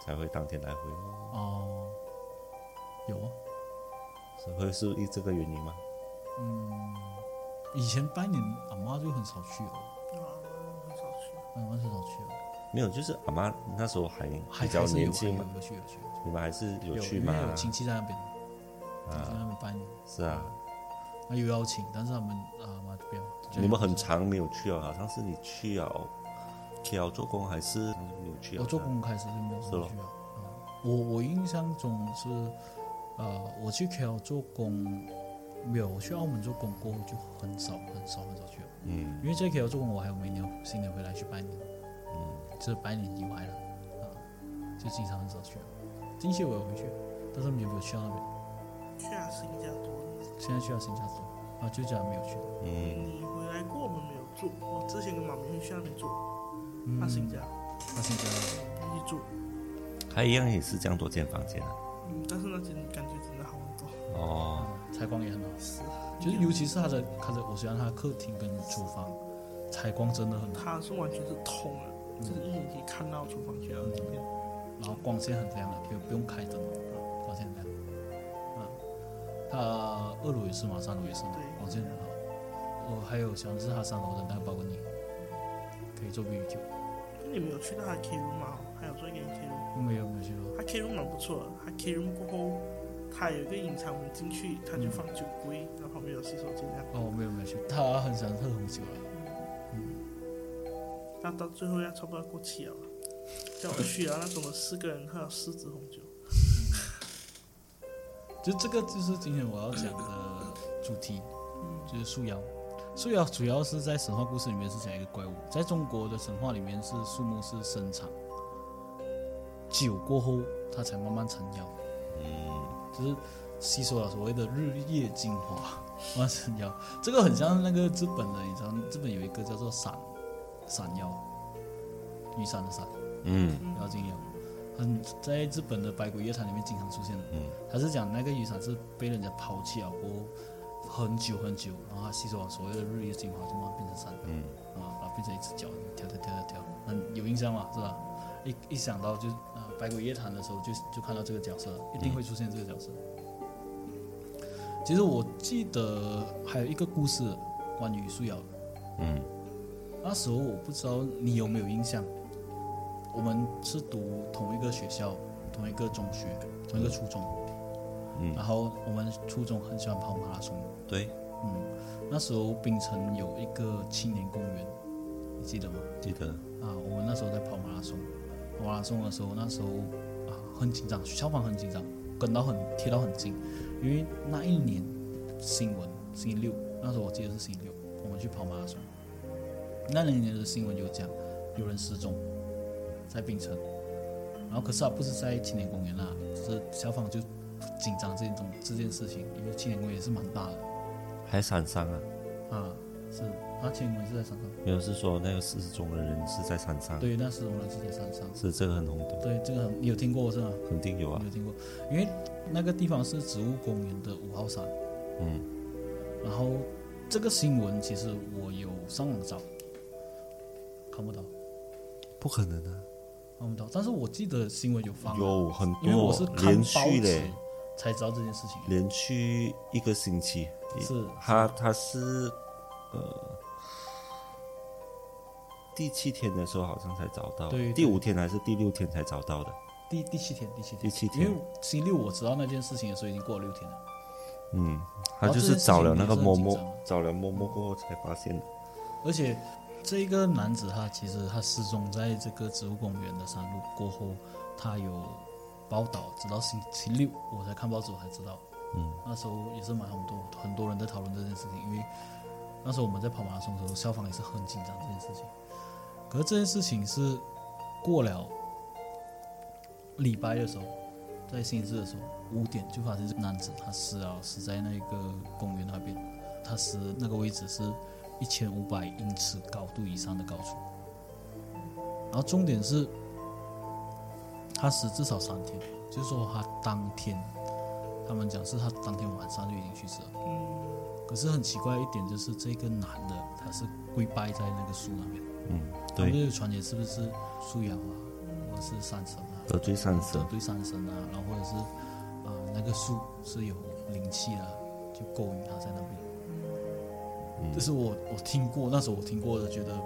[SPEAKER 3] 才会当天来回咯。
[SPEAKER 2] 哦，有啊，
[SPEAKER 3] 是会是因这个原因吗？
[SPEAKER 2] 以前拜年阿妈就很少去哦，
[SPEAKER 1] 啊，很少去。
[SPEAKER 2] 阿妈很少去哦，
[SPEAKER 3] 没有，就是阿妈那时候还
[SPEAKER 2] 还
[SPEAKER 3] 比较
[SPEAKER 2] 还是有
[SPEAKER 3] 年
[SPEAKER 2] 还
[SPEAKER 3] 轻
[SPEAKER 2] 有
[SPEAKER 3] 嘛，
[SPEAKER 2] 有去有去
[SPEAKER 3] 你们还是有去
[SPEAKER 2] 因为
[SPEAKER 3] 吗？
[SPEAKER 2] 有亲戚在那边，亲戚在那
[SPEAKER 3] 啊，
[SPEAKER 2] 边拜年，
[SPEAKER 3] 是啊，
[SPEAKER 2] 啊有邀请，但是他们啊阿妈就不要，就
[SPEAKER 3] 你们很长没有去哦，好像是你去了 KL 做工还是没有去啊？
[SPEAKER 2] 我做工开始就没有什么
[SPEAKER 3] 是
[SPEAKER 2] 需要。嗯我我印象中是，呃，我去 KL 做工，没有，我去澳门做工过后就很少很少很少去了，啊
[SPEAKER 3] 嗯
[SPEAKER 2] 因为在 KL 做工，我还有每年新年回来去拜年，
[SPEAKER 3] 嗯，
[SPEAKER 2] 就是拜年以外了，啊、就经常很少去了。近期我有回去，啊但是没有去到那边，
[SPEAKER 1] 去啊，新加坡，
[SPEAKER 2] 现在去到新加坡，啊，就这样没有去。
[SPEAKER 3] 嗯，
[SPEAKER 1] 你回来过我们没有住，我之前跟妈咪去那边住，
[SPEAKER 2] 嗯，
[SPEAKER 1] 他新加
[SPEAKER 2] 啊，新加坡，
[SPEAKER 1] 一起住，
[SPEAKER 3] 它一样也是这样多间房间啊。
[SPEAKER 1] 嗯，但是那间感觉真的好很多，
[SPEAKER 3] 哦，
[SPEAKER 1] 嗯
[SPEAKER 2] 采光也很好。
[SPEAKER 1] 是，
[SPEAKER 2] 就是尤其是他的他的，我喜欢他的客厅跟厨房，采光真的很好，
[SPEAKER 1] 它是完全是通的，就是一眼可以看到厨房去到里面。
[SPEAKER 2] 然后光线很亮的，不用不用开灯，啊光线很亮。嗯，他二楼也是嘛，三楼也是嘛
[SPEAKER 1] 对，
[SPEAKER 2] 光线很好。我还有想是他三楼的那个包括你，可以做 BBQ，
[SPEAKER 1] 你们有去到它 K room 吗？还有做一个 K room，
[SPEAKER 2] 因为有没有去过？
[SPEAKER 1] 它 K room 蛮不错的，它 K room 过后，它有一个隐藏门进去，它就放酒柜，然后旁边有洗手间这样。
[SPEAKER 2] 哦，没有没有去，他很喜欢喝红酒啊了。
[SPEAKER 1] 那到最后要差不多要过期了，叫我去啊，那种的四个人喝了四支红酒，
[SPEAKER 2] 就这个就是今天我要讲的主题，
[SPEAKER 1] 嗯，
[SPEAKER 2] 就是树妖。树妖主要是在神话故事里面是讲一个怪物，在中国的神话里面是树木是生长，久过后它才慢慢成妖，
[SPEAKER 3] 嗯，
[SPEAKER 2] 就是吸收了所谓的日夜精华， <laughs> 慢慢成妖。这个很像那个日本的，你知道，日本有一个叫做伞伞妖，雨伞的伞，
[SPEAKER 3] 嗯
[SPEAKER 2] 妖精妖，很在日本的百鬼夜谭里面经常出现的。
[SPEAKER 3] 嗯
[SPEAKER 2] 他是讲那个雨伞是被人家抛弃了过后，很久很久，然后它吸收完所有的日月精华，就慢慢变成山
[SPEAKER 3] 嗯，
[SPEAKER 2] 啊，然后变成一只脚，跳跳跳跳跳，嗯，有印象吗？是吧？一一想到就呃《百鬼夜谭》的时候就，就看到这个角色，一定会出现这个角色。其实我记得还有一个故事关于树妖的，
[SPEAKER 3] 嗯
[SPEAKER 2] 那时候我不知道你有没有印象，我们是读同一个学校、同一个中学、同一个初中，然
[SPEAKER 3] 嗯，
[SPEAKER 2] 后我们初中很喜欢跑马拉松，
[SPEAKER 3] 对，
[SPEAKER 2] 嗯，那时候槟城有一个青年公园，你记得吗？
[SPEAKER 3] 记得，
[SPEAKER 2] 啊，我们那时候在跑马拉松，跑马拉松的时候，那时候啊很紧张，消防很紧张，跟到很贴到很近，因为那一年新闻星期六，那时候我记得是星期六，我们去跑马拉松，那一年的新闻有讲有人失踪，在槟城，然后可是啊不是在青年公园啦，就是消防就紧张这种这件事情，因为青年公园也是蛮大的
[SPEAKER 3] 还山上啊，
[SPEAKER 2] 啊，是啊青年公园是在山上，
[SPEAKER 3] 没有是说那个失踪的人是在山上，
[SPEAKER 2] 对，那时候我们是在山上。
[SPEAKER 3] 是这个很红的，
[SPEAKER 2] 对，这个很你有听过是吗？
[SPEAKER 3] 肯定有啊
[SPEAKER 2] 没有，听过，因为那个地方是植物公园的五号山。
[SPEAKER 3] 嗯
[SPEAKER 2] 然后这个新闻其实我有上网找，看不到，
[SPEAKER 3] 不可能啊，
[SPEAKER 2] 看不到。但是我记得新闻有发，
[SPEAKER 3] 有很
[SPEAKER 2] 啊因为我是
[SPEAKER 3] 多
[SPEAKER 2] 看
[SPEAKER 3] 连
[SPEAKER 2] 报
[SPEAKER 3] 续
[SPEAKER 2] 纸
[SPEAKER 3] 嘞，
[SPEAKER 2] 才知道这件事情。
[SPEAKER 3] 连续一个星期，
[SPEAKER 2] 是
[SPEAKER 3] 他他是呃第七天的时候好像才找到，
[SPEAKER 2] 对
[SPEAKER 3] 第五天还是第六天才找到的，
[SPEAKER 2] 第第七天，第七天，
[SPEAKER 3] 第七
[SPEAKER 2] 因
[SPEAKER 3] 天
[SPEAKER 2] 为，星期六我知道那件事情的时候已经过了六天了。
[SPEAKER 3] 嗯，他
[SPEAKER 2] 然后哦
[SPEAKER 3] 就
[SPEAKER 2] 这
[SPEAKER 3] 是
[SPEAKER 2] 件事
[SPEAKER 3] 找了
[SPEAKER 2] 情
[SPEAKER 3] 那
[SPEAKER 2] 也
[SPEAKER 3] 个
[SPEAKER 2] 是很
[SPEAKER 3] 摸
[SPEAKER 2] 紧
[SPEAKER 3] 摸
[SPEAKER 2] 张啊，
[SPEAKER 3] 找了摸摸过后才发现的，
[SPEAKER 2] 而且这个男子他其实他失踪在这个植物公园的山路过后，他有报道，直到星期六我才看报纸我才知道。
[SPEAKER 3] 嗯，
[SPEAKER 2] 那时候也是蛮很多很多人在讨论这件事情，因为那时候我们在跑马拉松的时候，消防也是很紧张这件事情。可是这件事情是过了礼拜的时候，在星期日的时候五点就发现这个男子他死了，死在那个公园那边，他死的那个位置是一千五百英尺高度以上的高处。然后重点是，他死至少三天，就是说他当天，他们讲是他当天晚上就已经去世了。
[SPEAKER 1] 嗯，
[SPEAKER 2] 可是很奇怪一点就是，这个男的他是跪拜在那个树那边，
[SPEAKER 3] 嗯，
[SPEAKER 2] 他们
[SPEAKER 3] 对，
[SPEAKER 2] 就有传言是不是树妖啊，或者是山神啊，
[SPEAKER 3] 得罪三
[SPEAKER 2] 得
[SPEAKER 3] 蛇，
[SPEAKER 2] 对山神啊，然后或者是啊、呃那个树是有灵气的啊，就勾引他在那边。这是我我听过，那时候我听过的，觉得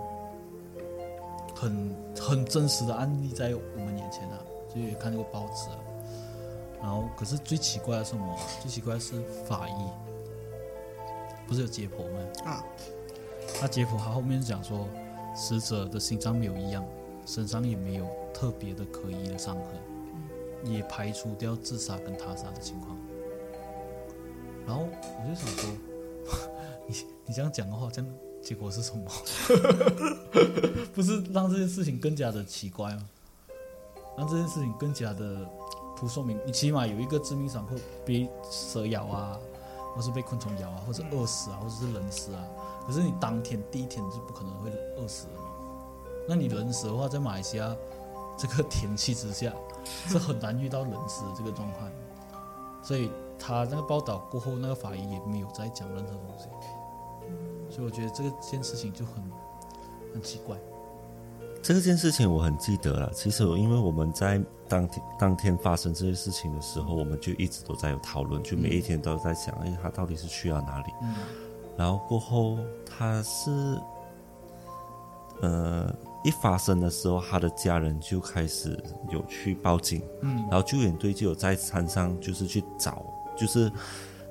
[SPEAKER 2] 很很真实的案例在我们眼前啊，就也看那个报纸啊。然后，可是最奇怪的是什么？啊最奇怪的是法医，不是有解剖吗？
[SPEAKER 1] 啊，
[SPEAKER 2] 他解剖，他后面讲说，死者的心脏没有异样，身上也没有特别的可疑的伤痕，也排除掉自杀跟他杀的情况。然后我就想说，你你这样讲的话，这样结果是什么？ <laughs> 不是让这件事情更加的奇怪吗？让这件事情更加的扑朔迷离。你起码有一个致命伤会被蛇咬啊，或是被昆虫咬啊，或者饿死啊，或者是冷死啊。可是你当天第一天是不可能会饿死的嘛。那你冷死的话，在马来西亚这个天气之下，是很难遇到冷死的这个状况。所以他那个报道过后，那个法医也没有再讲任何东西。所以我觉得这个件事情就很很奇怪。
[SPEAKER 3] 这件事情我很记得了。其实我因为我们在当天当天发生这些事情的时候，我们就一直都在有讨论，就每一天都在想，哎，他到底是去了哪里？
[SPEAKER 2] 嗯
[SPEAKER 3] 然后过后他是，呃，一发生的时候，他的家人就开始有去报警，
[SPEAKER 2] 嗯
[SPEAKER 3] 然后救援队就有在山上就是去找，就是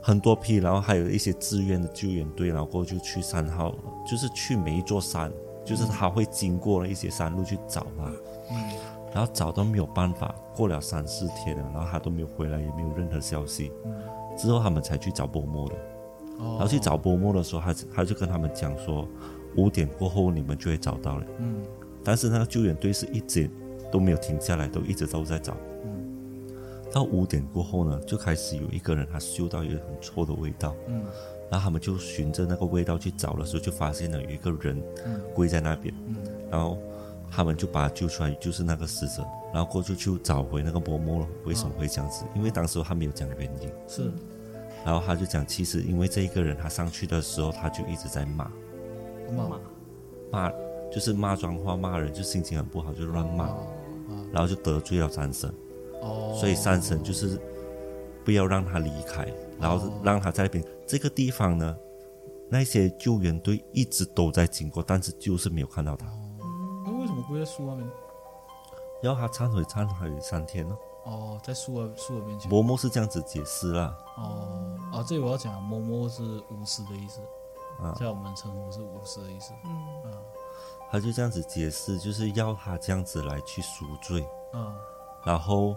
[SPEAKER 3] 很多批，然后还有一些志愿的救援队，然后过后就去山号，就是去每一座山，就是他会经过了一些山路去找他，
[SPEAKER 2] 嗯
[SPEAKER 3] 然后找都没有办法，过了三四天了，然后他都没有回来，也没有任何消息，
[SPEAKER 2] 嗯，
[SPEAKER 3] 之后他们才去找波莫的。
[SPEAKER 2] 哦
[SPEAKER 3] 然后去找波莫的时候，他他就跟他们讲说，五点过后你们就会找到了。
[SPEAKER 2] 嗯
[SPEAKER 3] 但是那个救援队是一直都没有停下来，都一直都在找。
[SPEAKER 2] 嗯
[SPEAKER 3] 到五点过后呢，就开始有一个人他嗅到有一个很臭的味道，
[SPEAKER 2] 嗯
[SPEAKER 3] 然后他们就循着那个味道去找的时候，就发现了有一个人
[SPEAKER 2] 嗯
[SPEAKER 3] 跪在那边，
[SPEAKER 2] 嗯
[SPEAKER 3] 然后他们就把他救出来，就是那个死者，然
[SPEAKER 2] 哦
[SPEAKER 3] 后过去就找回那个伯母了。为什么会这样子？因为当时他没有讲原因，
[SPEAKER 2] 是
[SPEAKER 3] 然后他就讲，其实因为这一个人，他上去的时候他就一直在骂
[SPEAKER 2] 骂
[SPEAKER 1] 骂
[SPEAKER 3] 骂，就是骂脏话骂人，就心情很不好，就乱骂，
[SPEAKER 2] 哦
[SPEAKER 3] 然后就得罪了山神，
[SPEAKER 2] 哦，
[SPEAKER 3] 所以山神就是不要让他离开，然后
[SPEAKER 2] 哦
[SPEAKER 3] 让他在那边这个地方呢，那些救援队一直都在经过，但是就是没有看到他，
[SPEAKER 2] 哦那为什么跪在树那边？
[SPEAKER 3] 然后他忏悔忏悔三天了。
[SPEAKER 2] 哦，在树的树的面前。
[SPEAKER 3] 嬷嬷是这样子解释啦，
[SPEAKER 2] 哦哦，这里我要讲，嬷嬷是巫师的意思，
[SPEAKER 3] 啊
[SPEAKER 2] 在我们称呼是巫师的意思。
[SPEAKER 1] 嗯
[SPEAKER 2] 啊
[SPEAKER 3] 他就这样子解释，就是要他这样子来去赎罪。
[SPEAKER 2] 啊
[SPEAKER 3] 然后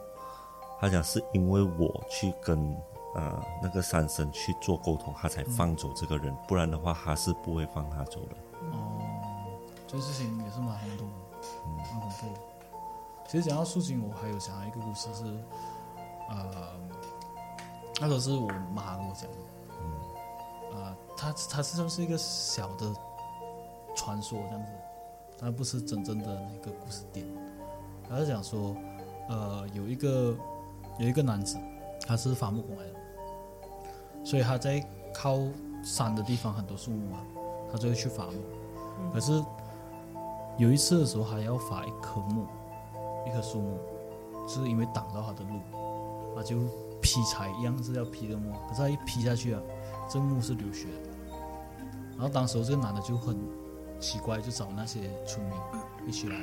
[SPEAKER 3] 他讲是因为我去跟呃那个山神去做沟通，他才放走这个人，不然的话他是不会放他走的。
[SPEAKER 2] 哦，这事情也是蛮轰动的，蛮恐怖的。其实讲到树精，我还有想到一个故事是，呃，那时候是我妈跟我讲的，呃，它它是算是一个小的传说这样子，它不是真正的那个故事点。他是讲说，呃，有一个有一个男子，他是伐木工来的，所以他在靠山的地方很多树木嘛，他就会去伐木。可是有一次的时候，还要伐一棵木，一棵树木，是因为挡到他的路，他就劈柴一样是要劈的木，可是他一劈下去啊，这木是流血的。然后当时候这个男的就很奇怪，就找那些村民一起来，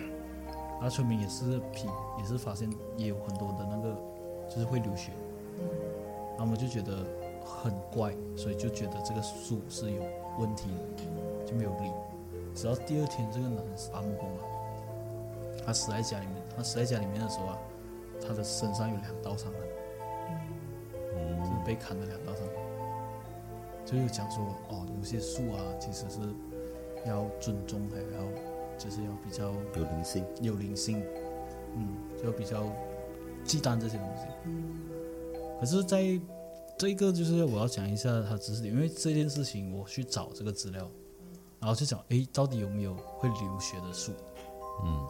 [SPEAKER 2] 然后村民也是劈，也是发现也有很多的那个就是会流血，然后我们就觉得很怪，所以就觉得这个树是有问题的，就没有理。直到第二天，这个男人是伐木工嘛，他死在家里面。他死在家里面的时候啊，他的身上有两道伤痕，就是
[SPEAKER 3] 嗯，
[SPEAKER 2] 被砍的两道伤痕。就有讲说，哦，有些树啊，其实是要尊重，还要就是要比较
[SPEAKER 3] 有灵性，
[SPEAKER 2] 有灵性，嗯，就比较忌惮这些东西。可是在这个就是我要讲一下它知识点，因为这件事情我去找这个资料，然后去找诶，到底有没有会流血的树？
[SPEAKER 3] 嗯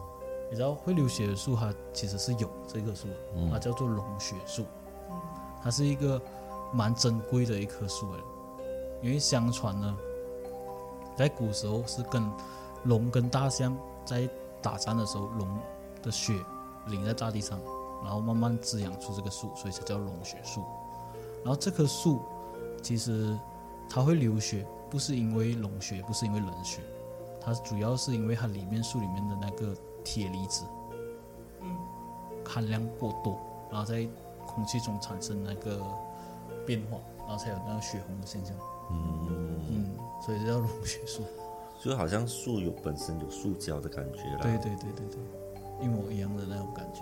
[SPEAKER 2] 你知道会流血的树，它其实是有这棵树的，它
[SPEAKER 3] 嗯
[SPEAKER 2] 叫做龙血树，它是一个蛮珍贵的一棵树来的，因为相传呢，在古时候是跟龙跟大象在打仗的时候，龙的血淋在大地上，然后慢慢滋养出这个树，所以才叫龙血树。然后这棵树其实它会流血，不是因为龙血，不是因为人血，它主要是因为它里面树里面的那个铁离子
[SPEAKER 1] 嗯
[SPEAKER 2] 含量过多，然后在空气中产生那个变化，然后才有那个血红的现象。
[SPEAKER 3] 嗯，
[SPEAKER 2] 嗯，所以这叫龙血树。
[SPEAKER 3] 就好像树有本身有树胶的感觉啦。
[SPEAKER 2] 对对对对对，一模一样的那种感觉。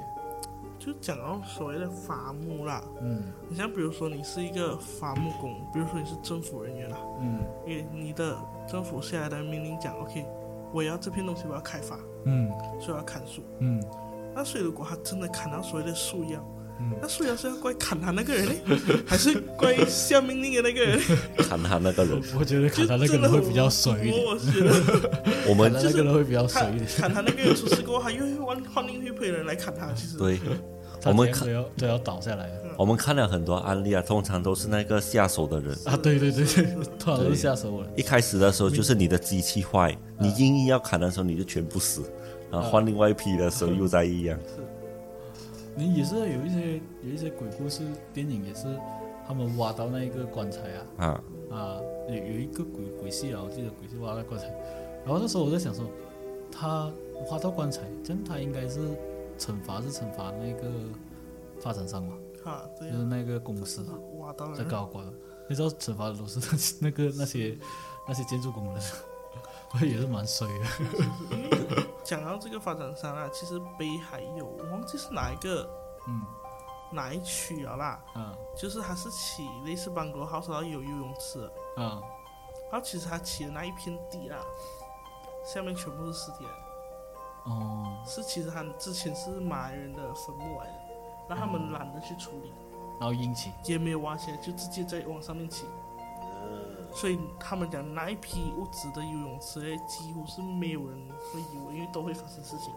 [SPEAKER 1] 就讲到所谓的伐木啦，
[SPEAKER 2] 嗯
[SPEAKER 1] 你像比如说你是一个伐木工，比如说你是政府人员啦，
[SPEAKER 2] 嗯
[SPEAKER 1] 因为你的政府下来的命令讲，OK，我要这片东西我要开发，
[SPEAKER 2] 嗯
[SPEAKER 1] 所以我要砍树。
[SPEAKER 2] 嗯，
[SPEAKER 1] 那所以如果他真的砍到所谓的树妖，
[SPEAKER 2] 嗯
[SPEAKER 1] 那树妖是要怪砍他那个人呢， <laughs> 还是怪下命令的那个人呢？
[SPEAKER 3] 看他那个人，
[SPEAKER 2] 我觉得 <laughs> 砍他那个人会比较水一点，
[SPEAKER 1] 我觉得
[SPEAKER 3] 我
[SPEAKER 2] 砍
[SPEAKER 3] 们
[SPEAKER 2] 他那个人 <laughs> 会比较水
[SPEAKER 1] 砍
[SPEAKER 2] 一点。
[SPEAKER 1] 砍他那个人出事过后，他又会换换另一批人来砍他。
[SPEAKER 2] 嗯
[SPEAKER 1] 其实，
[SPEAKER 3] 对，
[SPEAKER 2] 他
[SPEAKER 3] 我们
[SPEAKER 2] 怎样
[SPEAKER 3] 看
[SPEAKER 2] 都要都要倒下来
[SPEAKER 3] 我们看了很多案例啊，通常都是那个下手的人。
[SPEAKER 2] 啊！对对对对， <laughs> 突然就吓死我了。
[SPEAKER 3] 一开始的时候就是你的机器坏，你硬硬要砍的时候你就全部死，然后换另外一批的时候又在一样。
[SPEAKER 2] 你也是有一些有一些鬼故事电影也是，他们挖到那一个棺材啊，
[SPEAKER 3] 啊，
[SPEAKER 2] 啊，有有一个鬼鬼戏啊，我记得鬼戏挖到棺材，然后那时候我在想说，他挖到棺材，这样他应该是惩罚是惩罚那个发展商嘛，
[SPEAKER 1] 啊，对
[SPEAKER 2] 就
[SPEAKER 1] 啊
[SPEAKER 2] 是，那个公司啊，
[SPEAKER 1] 挖到
[SPEAKER 2] 在
[SPEAKER 1] 了，
[SPEAKER 2] 高官，你知道惩罚的都是 <laughs> 那些那个那些那些建筑工人， <laughs> 我也是蛮衰的。
[SPEAKER 1] 讲到这个发展商啊，其实北海有，我忘记是哪一个
[SPEAKER 2] 嗯
[SPEAKER 1] 哪一区了啦，
[SPEAKER 2] 啊
[SPEAKER 1] 就是它是起类似邦国 house，然后有游泳池的，
[SPEAKER 2] 啊，
[SPEAKER 1] 然后其实它起的那一片地啊，下面全部是尸体来的。啊
[SPEAKER 2] 哦，
[SPEAKER 1] 是其实他们之前是马来人的坟墓来的，然后他们懒得去处理，
[SPEAKER 2] 然后阴气，
[SPEAKER 1] 也没有挖起来，就直接在往上面起。所以他们讲那一批物质的游泳池嘞，几乎是没有人会游，因为都会发生事情。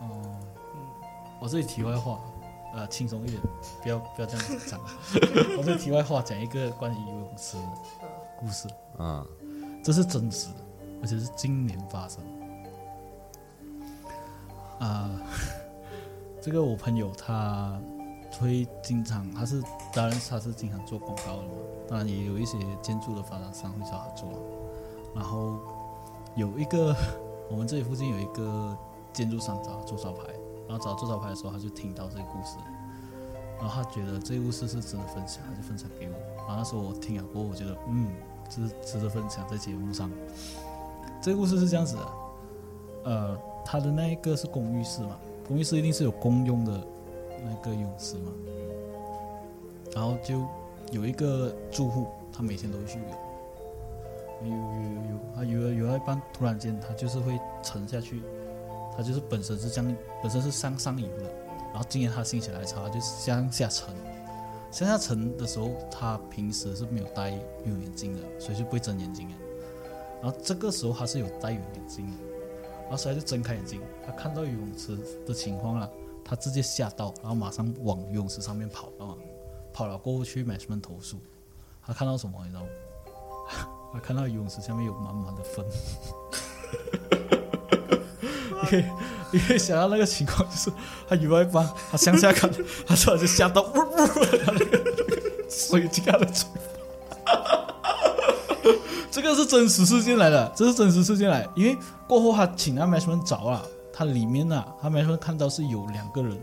[SPEAKER 2] 哦。
[SPEAKER 1] 嗯，
[SPEAKER 2] 我这里题外话，呃轻松一点，不要不要这样子 <laughs> 讲。我这题外话讲一个关于游泳池的故事，
[SPEAKER 3] 啊，
[SPEAKER 2] 这是真实的，而且是今年发生的。啊、 <laughs> 这个我朋友他会经常，他是当然他是经常做广告的嘛，当然也有一些建筑的发展商会找他做。啊然后有一个我们这里附近有一个建筑商找他做招牌，然后找他做招牌的时候，他就听到这个故事，然后他觉得这个故事是值得分享，他就分享给我。然后那时候我听了过后，我觉得嗯，值值得分享在节目上。这个故事是这样子的，呃，他的那一个是公寓式嘛，公寓室一定是有公用的那个泳池嘛，然后就有一个住户，他每天都会去游，游游游游，他游游游到一半，突然间他就是会沉下去，他就是本身是这样，本身是向上游的，然后今年他心血来潮，他就向下沉，向下沉的时候，他平时是没有戴游泳眼镜的，所以就不会睁眼睛的，然后这个时候他是有戴游泳眼镜的。然后所以他就睁开眼睛，他看到游泳池的情况了，他直接吓到，然后马上往游泳池上面跑了嘛，跑了过后去 management 投诉，他看到什么你知道吗？他看到游泳池下面有满满的粪，你可以你可以想到那个情况，就是他游到一半，他向下看，他突然就吓到，呜呜，他那个水进他的嘴巴。 <laughs> 这个是真实事件来的，这是真实事件来，因为过后他请那 management 找了，他里面呢、啊，他 management 看到是有两个人，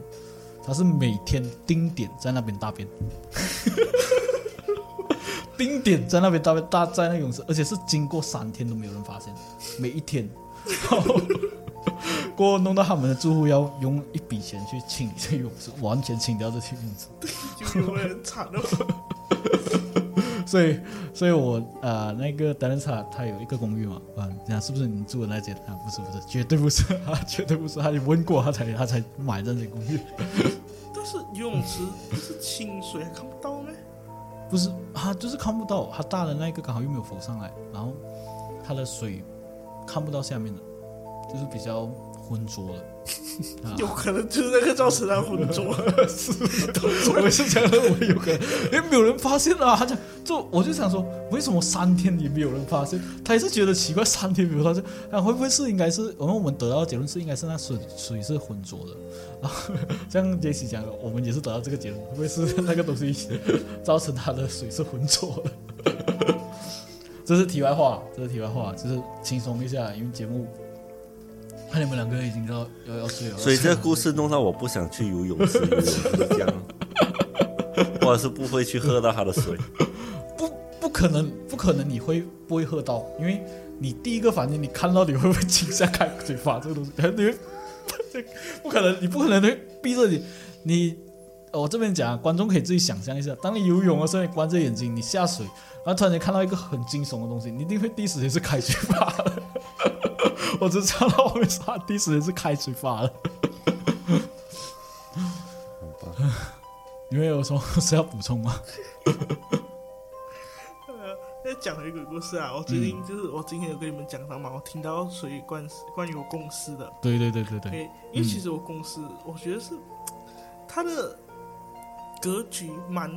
[SPEAKER 2] 他是每天定点在那边大便， <laughs> 定点在那边大便，大在那个泳池，而且是经过三天都没有人发现，每一天， <laughs> 然后过后弄到他们的住户要用一笔钱去清理这个泳池，完全清掉这些泳池。
[SPEAKER 1] 就有人惨了。
[SPEAKER 2] 所以，所以我呃，那个达伦塔他有一个公寓嘛，啊，那是不是你住的那间啊？不是，不是，绝对不是，啊，绝对不是，他问过他才他才买这间公寓，
[SPEAKER 1] 但是游泳池不是清水，还看不到咩？
[SPEAKER 2] 不是啊，就是看不到，他大的那个刚好又没有浮上来，然后他的水看不到下面的，就是比较浑浊的。
[SPEAKER 1] 有可能就是那个造成他浑浊。
[SPEAKER 2] 我也是这样认为，有可能，因为没有人发现啊。他讲，就我就想说，为什么三天也没有人发现？他也是觉得奇怪，三天没有发现，啊，会不会是应该是？我们我们得到的结论是应该是那水水是浑浊的。然后像杰西讲的，我们也是得到这个结论，会不会是那个东西造成他的水是浑浊的？这是题外话，这是题外话，就是轻松一下，因为节目。 <laughs> 看你们两个已经要要要睡了， <laughs>
[SPEAKER 3] 所以这个故事弄到我不想去游泳池游泳，就是这样，或者是不会去喝到他的水。
[SPEAKER 2] 不不可能，不可能你会不会喝到？因为你第一个反应，你看到你会不会惊吓开嘴巴这个东西，你会不可能，你不可能会闭着你，你我这边讲，观众可以自己想象一下，当你游泳的时候，你关着眼睛，你下水，然后突然间看到一个很惊悚的东西，你一定会第一时间是开嘴巴的。 <laughs> 我只知道到后面是他第一时间是开嘴巴的。你们有什么是要补充吗？
[SPEAKER 1] 呃，那讲回鬼故事啊，我最近就是、我今天有跟你们讲到嘛，我听到属于关关于我公司的，
[SPEAKER 2] 对对对嗯对对，
[SPEAKER 1] 诶因为其实我公司我觉得是它的格局蛮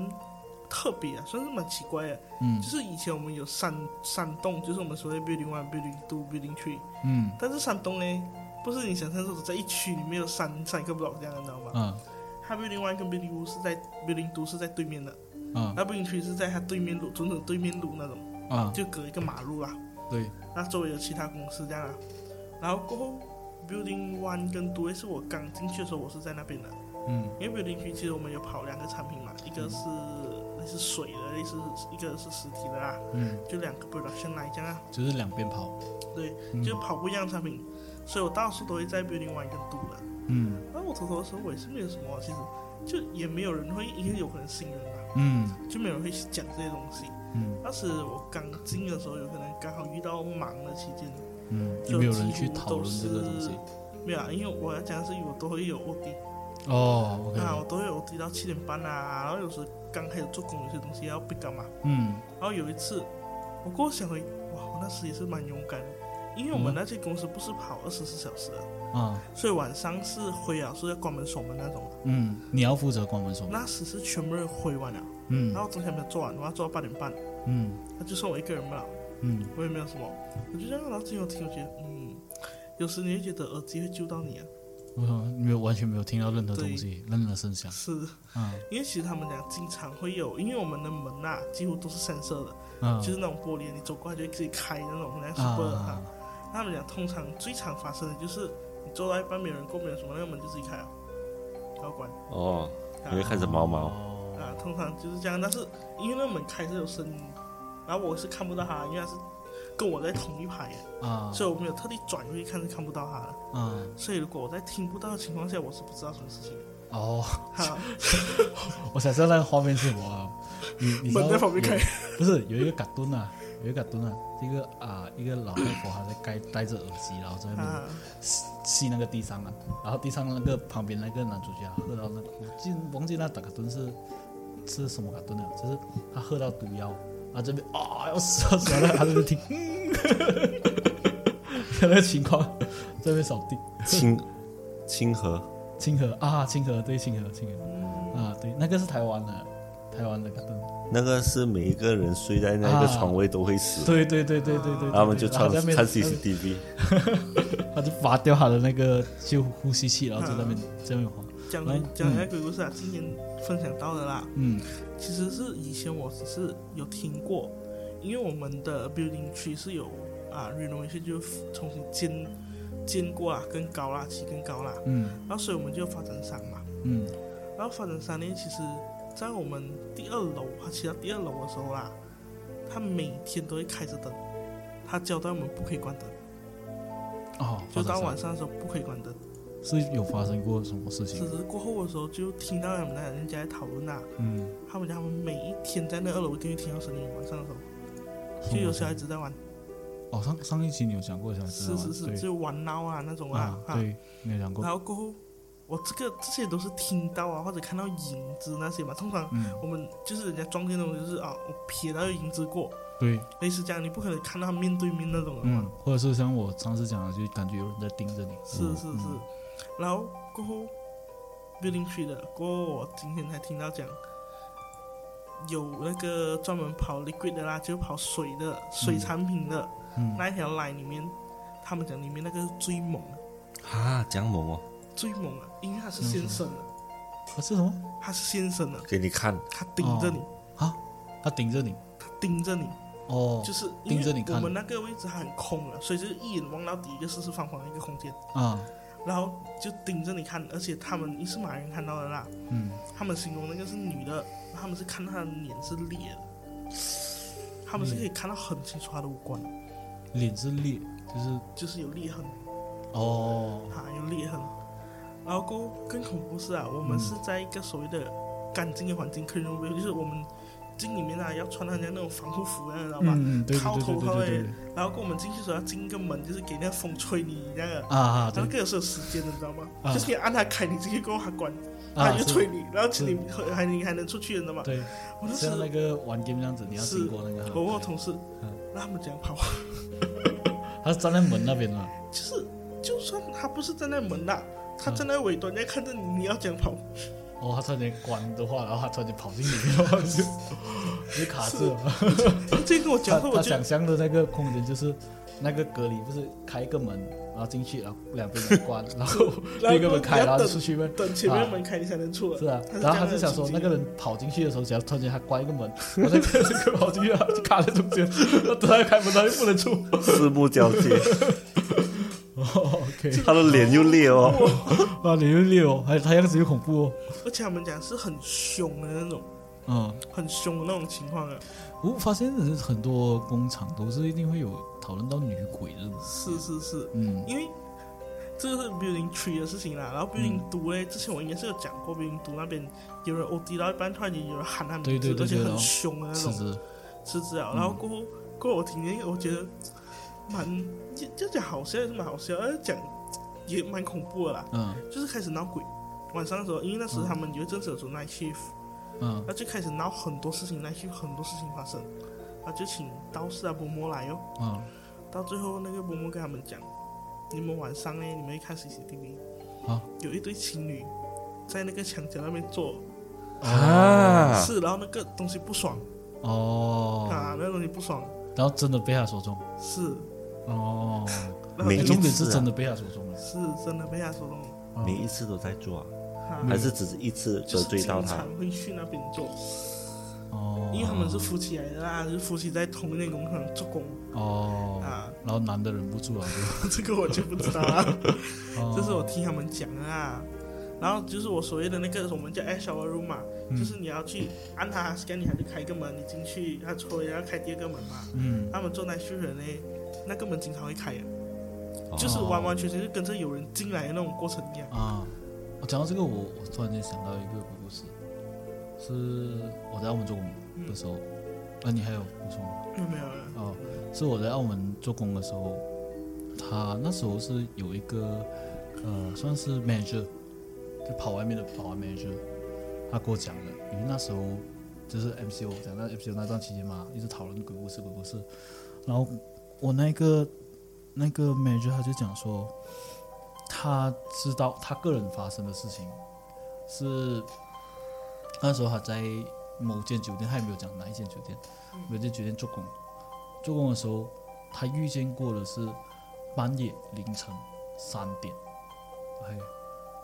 [SPEAKER 1] 特别啊，算是蛮奇怪的。
[SPEAKER 2] 嗯
[SPEAKER 1] 就是以前我们有三三栋，就是我们所谓 building one、building two、building three，
[SPEAKER 2] 嗯
[SPEAKER 1] 但是山东呢，不是你想象中的在一区里面有三三个 block 这样的，你知道吗？
[SPEAKER 2] 啊
[SPEAKER 1] 它 building one 跟 building two 是在 building two 是在对面的，
[SPEAKER 2] 啊
[SPEAKER 1] 那 building three 是在它对面路，整整对面路那种，
[SPEAKER 2] 啊！
[SPEAKER 1] 就隔一个马路啦。
[SPEAKER 2] 对，
[SPEAKER 1] 那周围有其他公司这样啊。然后过后 building one 跟 two 是我刚进去的时候，我是在那边的，
[SPEAKER 2] 嗯
[SPEAKER 1] 因为 building three 其实我们有跑两个产品嘛，一个是类似水的，类似一个是实体的啦，
[SPEAKER 2] 嗯，
[SPEAKER 1] 就两个 production line 这样啊。
[SPEAKER 2] 就是两边跑。
[SPEAKER 1] 对，
[SPEAKER 2] 嗯
[SPEAKER 1] 就跑步一样的产品，所以我到处都会在 building one 跟 two 的。
[SPEAKER 2] 嗯
[SPEAKER 1] 那我投投的时候，我也是没有什么，其实就也没有人会，因为有可能新人嘛，
[SPEAKER 2] 嗯
[SPEAKER 1] 就没有人会去讲这些东西。
[SPEAKER 2] 嗯
[SPEAKER 1] 当时我刚进的时候，有可能刚好遇到忙的期间，
[SPEAKER 2] 嗯，
[SPEAKER 1] 就
[SPEAKER 2] 有没有人去讨论这个东
[SPEAKER 1] 几
[SPEAKER 2] 西？
[SPEAKER 1] 没有啊，因为我要讲的是，我都会有 OT
[SPEAKER 2] 哦，OK，
[SPEAKER 1] 啊，我都会有 OT 到七点半啊，然后有时刚开始做工，有些东西要 pick up 嘛。
[SPEAKER 2] 嗯
[SPEAKER 1] 哦然后有一次，我过后想回，哇，我那时也是蛮勇敢的，因为我们那些公司不是跑二十四小时的，
[SPEAKER 2] 啊，
[SPEAKER 1] 所以晚上是回了是要关门锁门那种。
[SPEAKER 2] 嗯，你要负责关门锁门，
[SPEAKER 1] 那时是全部人回完了，
[SPEAKER 2] 嗯
[SPEAKER 1] 然后中间没有做完，我要做到八点半，
[SPEAKER 2] 嗯
[SPEAKER 1] 他就剩我一个人不了，
[SPEAKER 2] 嗯
[SPEAKER 1] 我也没有什么，我就这样，然后最后听，我觉得嗯，有时你会觉得耳机会救到你啊，
[SPEAKER 2] 我说没有完全没有听到任何东西，任何声响。
[SPEAKER 1] 是
[SPEAKER 2] 嗯
[SPEAKER 1] 因为其实他们俩经常会有，因为我们的门啊几乎都是深色的，
[SPEAKER 2] 嗯，
[SPEAKER 1] 就是那种玻璃，你走过来就会自己开那种，那 super 啊
[SPEAKER 2] 啊，
[SPEAKER 1] 他们俩通常最常发生的就是你坐到一半没有人过，没有什么，那个门就自己开了，啊不要关。
[SPEAKER 3] 哦，
[SPEAKER 1] 啊
[SPEAKER 3] 你会开始毛毛，
[SPEAKER 2] 哦
[SPEAKER 1] 啊，通常就是这样。但是因为那门开是有声音，然后我是看不到他，因为他是跟我在同一排的，
[SPEAKER 2] 啊，
[SPEAKER 1] 所以我没有特地转过去看是看不到他的。
[SPEAKER 2] 啊
[SPEAKER 1] 所以如果我在听不到的情况下，我是不知道什么事情的。
[SPEAKER 2] 哦， <laughs>
[SPEAKER 1] 哈，
[SPEAKER 2] 我想知道那个画面是什么啊。你你知道
[SPEAKER 1] 门在旁边开
[SPEAKER 2] 有，不是有一个嘎顿啊，有一个嘎顿啊，一个啊一个老外婆她在戴戴着耳机，然后在那边
[SPEAKER 1] 啊，
[SPEAKER 2] 吸吸那个地上啊，然后地上那个旁边那个男主角啊喝到那个，我记忘记那打卡顿是是什么卡顿了，就是他喝到毒药，然后这边啊、要死要死了，他这边听，嗯那个情况，这边扫地，
[SPEAKER 3] 亲亲和
[SPEAKER 2] 清河啊清河对清河清河啊对，那个是台湾的，台湾的卡顿，
[SPEAKER 3] 那个是每一个人睡在那个
[SPEAKER 2] 啊
[SPEAKER 3] 床位都会死，
[SPEAKER 2] 对对对对对对，
[SPEAKER 3] 他们就
[SPEAKER 2] 啊对对
[SPEAKER 3] 穿
[SPEAKER 2] 然后在那边
[SPEAKER 3] 看 CCTV，
[SPEAKER 2] 他就拔掉他的那个就呼吸器，然后在那边在那边晃，
[SPEAKER 1] 讲
[SPEAKER 2] 来
[SPEAKER 1] 讲一下鬼故事啊，今天分享到的啦。
[SPEAKER 2] 嗯
[SPEAKER 1] 其实是以前我只是有听过，因为我们的 building tree 是有啊 renovation 就是重新建建过啊，更高啦，起更高啦，
[SPEAKER 2] 嗯
[SPEAKER 1] 然后所以我们就有发展商嘛。
[SPEAKER 2] 嗯
[SPEAKER 1] 然后发展商呢，其实在我们第二楼，他骑到第二楼的时候啦，他每天都会开着灯，他交代我们不可以关灯，
[SPEAKER 2] 哦，
[SPEAKER 1] 就
[SPEAKER 2] 发展
[SPEAKER 1] 到
[SPEAKER 2] 商
[SPEAKER 1] 晚上的时候不可以关灯。
[SPEAKER 2] 是有发生过什么事
[SPEAKER 1] 只
[SPEAKER 2] 情？
[SPEAKER 1] 是过后的时候就听到他们那人家在讨论啊，
[SPEAKER 2] 嗯，
[SPEAKER 1] 他们家他们每一天在那二楼一定会听到声音，晚上的时候就有小孩子在玩。
[SPEAKER 2] 哦，上上一期你有讲过小孩子
[SPEAKER 1] 是
[SPEAKER 2] 啊
[SPEAKER 1] 是是，
[SPEAKER 2] 对
[SPEAKER 1] 就玩闹啊那种啊
[SPEAKER 2] 啊，，
[SPEAKER 1] 啊
[SPEAKER 2] 对，没有讲过
[SPEAKER 1] 然，后过后，我这个这些都是听到啊，或者看到影子那些嘛。通常
[SPEAKER 2] 嗯，
[SPEAKER 1] 我们就是人家撞见那种，就是啊，我瞥到有影子过，
[SPEAKER 2] 对，
[SPEAKER 1] 类似这样，你不可能看到他面对面那种的
[SPEAKER 2] 嗯
[SPEAKER 1] 嘛。，
[SPEAKER 2] 或者是像我上次讲的，就感觉有人在盯着你，
[SPEAKER 1] 是是
[SPEAKER 2] 嗯
[SPEAKER 1] 是，然后过后 building tree 的，过后我今天才听到讲。有那个专门跑 liquid 的啦，就跑水的、水产品的、
[SPEAKER 2] 嗯，
[SPEAKER 1] 那一条 line 里面，他们讲里面那个是最猛的，
[SPEAKER 3] 啊，讲猛哦，
[SPEAKER 1] 最猛的，因为他是先生的，
[SPEAKER 2] 啊是什么？
[SPEAKER 1] 他是先生的，
[SPEAKER 3] 给你看，
[SPEAKER 1] 他盯着你，
[SPEAKER 2] 他盯着你，
[SPEAKER 1] 他盯着你，
[SPEAKER 2] 哦
[SPEAKER 1] 就是因为
[SPEAKER 2] 盯着你看
[SPEAKER 1] 我们那个位置它很空了，所以就是一眼望到底一个四四方方的一个空间，
[SPEAKER 2] 啊，
[SPEAKER 1] 然后就盯着你看，而且他们一是马人看到的啦，
[SPEAKER 2] 嗯，
[SPEAKER 1] 他们形容那个是女的，他们是看她的脸是裂的，他们是可以看到很清楚她的五官，
[SPEAKER 2] 脸是裂，就是
[SPEAKER 1] 就是有裂痕，
[SPEAKER 2] 哦，
[SPEAKER 1] 啊，有裂痕。然后过后更恐怖是啊，我们
[SPEAKER 2] 嗯
[SPEAKER 1] 是在一个所谓的干净的环境 clean room，就是我们进里面啊要穿人家那种防护服的，知道吧？
[SPEAKER 2] 嗯，对对对对对对对，
[SPEAKER 1] 然后跟我们进去的时候要进一个门，就是给那个风吹你那个，
[SPEAKER 2] 啊啊
[SPEAKER 1] 它那
[SPEAKER 2] 对
[SPEAKER 1] 个是有时间的，你知道吗？
[SPEAKER 2] 啊
[SPEAKER 1] 就是你按它开，你进去过后它关，它
[SPEAKER 2] 啊
[SPEAKER 1] 就是吹你，然后其实
[SPEAKER 2] 是
[SPEAKER 1] 你还还你还能出去，你知道吗？
[SPEAKER 2] 对，
[SPEAKER 1] 我那时
[SPEAKER 2] 像
[SPEAKER 1] 候
[SPEAKER 2] 那个玩 game 这样子，你要
[SPEAKER 1] 是啊
[SPEAKER 2] 经过那个，
[SPEAKER 1] 我问我同事
[SPEAKER 2] 嗯，
[SPEAKER 1] 让他们怎样跑， <laughs>
[SPEAKER 2] 他是站在门那边的，
[SPEAKER 1] 就是就算他不是站在门那，他
[SPEAKER 2] 嗯
[SPEAKER 1] 站在尾端在看着你，你要怎样跑？
[SPEAKER 2] 哦，他突然间关的话，然后他突然间跑进里面，然后就
[SPEAKER 1] <laughs>
[SPEAKER 2] 就卡住了。
[SPEAKER 1] 他直接跟我
[SPEAKER 2] 他
[SPEAKER 1] 讲话，我
[SPEAKER 2] 他
[SPEAKER 1] 就
[SPEAKER 2] 想象的那个空间就是那个隔离，不是开一个门，然后进去，然后两边门关，然后另一个门开，
[SPEAKER 1] <laughs> 然
[SPEAKER 2] 然
[SPEAKER 1] 后
[SPEAKER 2] 后
[SPEAKER 1] 等
[SPEAKER 2] 出去呗。
[SPEAKER 1] 等前面门开你才能出来。
[SPEAKER 2] 是啊
[SPEAKER 1] 他，是
[SPEAKER 2] 然后他
[SPEAKER 1] 这样的
[SPEAKER 2] 就想说，
[SPEAKER 1] 情
[SPEAKER 2] 那
[SPEAKER 1] 景
[SPEAKER 2] 个人跑进去的时候，只要突然间他关一个门，我再这个跑进去，他就卡在中间，然后等他开门，他就不能出。 <laughs>
[SPEAKER 3] 四目交接，
[SPEAKER 2] 哦，OK，
[SPEAKER 3] 他的脸又裂哦，
[SPEAKER 2] 啊，你又六哦，还他样子又恐怖哦。
[SPEAKER 1] 而且他们讲是很凶的那种，
[SPEAKER 2] 嗯，
[SPEAKER 1] 很凶的那种情况啊。
[SPEAKER 2] 我发现很多工厂都是一定会有讨论到女鬼这种。
[SPEAKER 1] 是是是，
[SPEAKER 2] 嗯
[SPEAKER 1] 因为这个是 building tree 的事情啦，然后 building
[SPEAKER 2] 嗯
[SPEAKER 1] 读嘞，之前我应该是有讲过 building 读那边有人 OD 到一半，突然间有人喊他名字，
[SPEAKER 2] 对对
[SPEAKER 1] 而
[SPEAKER 2] 对对哦
[SPEAKER 1] 且
[SPEAKER 2] 然
[SPEAKER 1] 很
[SPEAKER 2] 后
[SPEAKER 1] 凶的那
[SPEAKER 2] 辞
[SPEAKER 1] 种，是
[SPEAKER 2] 职，
[SPEAKER 1] 这
[SPEAKER 2] 嗯
[SPEAKER 1] 样。然后过后过后我听见，我觉得蛮就就讲好笑也是蛮好笑，而讲也蛮恐怖的啦，
[SPEAKER 2] 嗯
[SPEAKER 1] 就是开始闹鬼。晚上的时候，因为那时候他们有一阵子有做 night shift，
[SPEAKER 2] 嗯
[SPEAKER 1] 他就开始闹很多事情，night shift 很多事情发生，他就请道士啊、伯母来哦。
[SPEAKER 2] 嗯，
[SPEAKER 1] 到最后那个嬷嬷跟他们讲，你们晚上呢，你们去看 CCTV，
[SPEAKER 2] 啊，
[SPEAKER 1] 有一对情侣在那个墙角那边坐，
[SPEAKER 3] 啊，
[SPEAKER 1] 是，然后那个东西不爽、
[SPEAKER 2] 哦，
[SPEAKER 1] 啊，那个东西不爽，
[SPEAKER 2] 然后真的被他说中，
[SPEAKER 1] 是，
[SPEAKER 2] 哦，
[SPEAKER 1] 然后
[SPEAKER 3] 没
[SPEAKER 1] 就
[SPEAKER 3] 一
[SPEAKER 2] 重点
[SPEAKER 3] 次
[SPEAKER 2] 是
[SPEAKER 3] 啊
[SPEAKER 2] 真的被他说中了，
[SPEAKER 1] 是真的被他说中，
[SPEAKER 2] 哦
[SPEAKER 3] 每一次都在做啊，
[SPEAKER 1] 啊
[SPEAKER 3] 还是只是一次
[SPEAKER 1] 就
[SPEAKER 3] 得
[SPEAKER 1] 是
[SPEAKER 3] 罪到
[SPEAKER 1] 经
[SPEAKER 3] 他
[SPEAKER 1] 常？会去那边坐，
[SPEAKER 2] 哦，
[SPEAKER 1] 因为他们是夫妻来的啦，就是夫妻在同一间工厂做工
[SPEAKER 2] 哦，
[SPEAKER 1] 啊， <laughs>
[SPEAKER 2] 然后男的忍不住了，就
[SPEAKER 1] 这个我就不知道了。
[SPEAKER 2] 哦
[SPEAKER 1] 这是我听他们讲的啊。然后就是我所谓的那个我们叫 air shower room 嘛，
[SPEAKER 2] 嗯
[SPEAKER 1] 就是你要去按它 scan，你还是开一个门，你进去它抽，然后开第二个门嘛。
[SPEAKER 2] 嗯，
[SPEAKER 1] 他们做那些人呢，那个门经常会开的，
[SPEAKER 3] 哦
[SPEAKER 1] 就是完完全全是跟着有人进来的那种过程一样。
[SPEAKER 2] 啊，我讲到这个，我我突然间想到一个鬼故事，是我在澳门做工的时候，
[SPEAKER 1] 嗯
[SPEAKER 2] 啊，你还有补充吗？
[SPEAKER 1] 有没有啊了？
[SPEAKER 2] 哦，是我在澳门做工的时候，他那时候是有一个呃，算是 manager，就跑外面的跑完 manager，他跟我讲的，因为那时候就是 MCO 讲到 MCO 那段期间嘛，一直讨论鬼故事鬼故事，然后我那个那个 manager 他就讲说，他知道他个人发生的事情是那时候他在某间酒店，他也没有讲哪一间酒店。我就决定做工。做工的时候，他遇见过的是半夜凌晨三点，哎，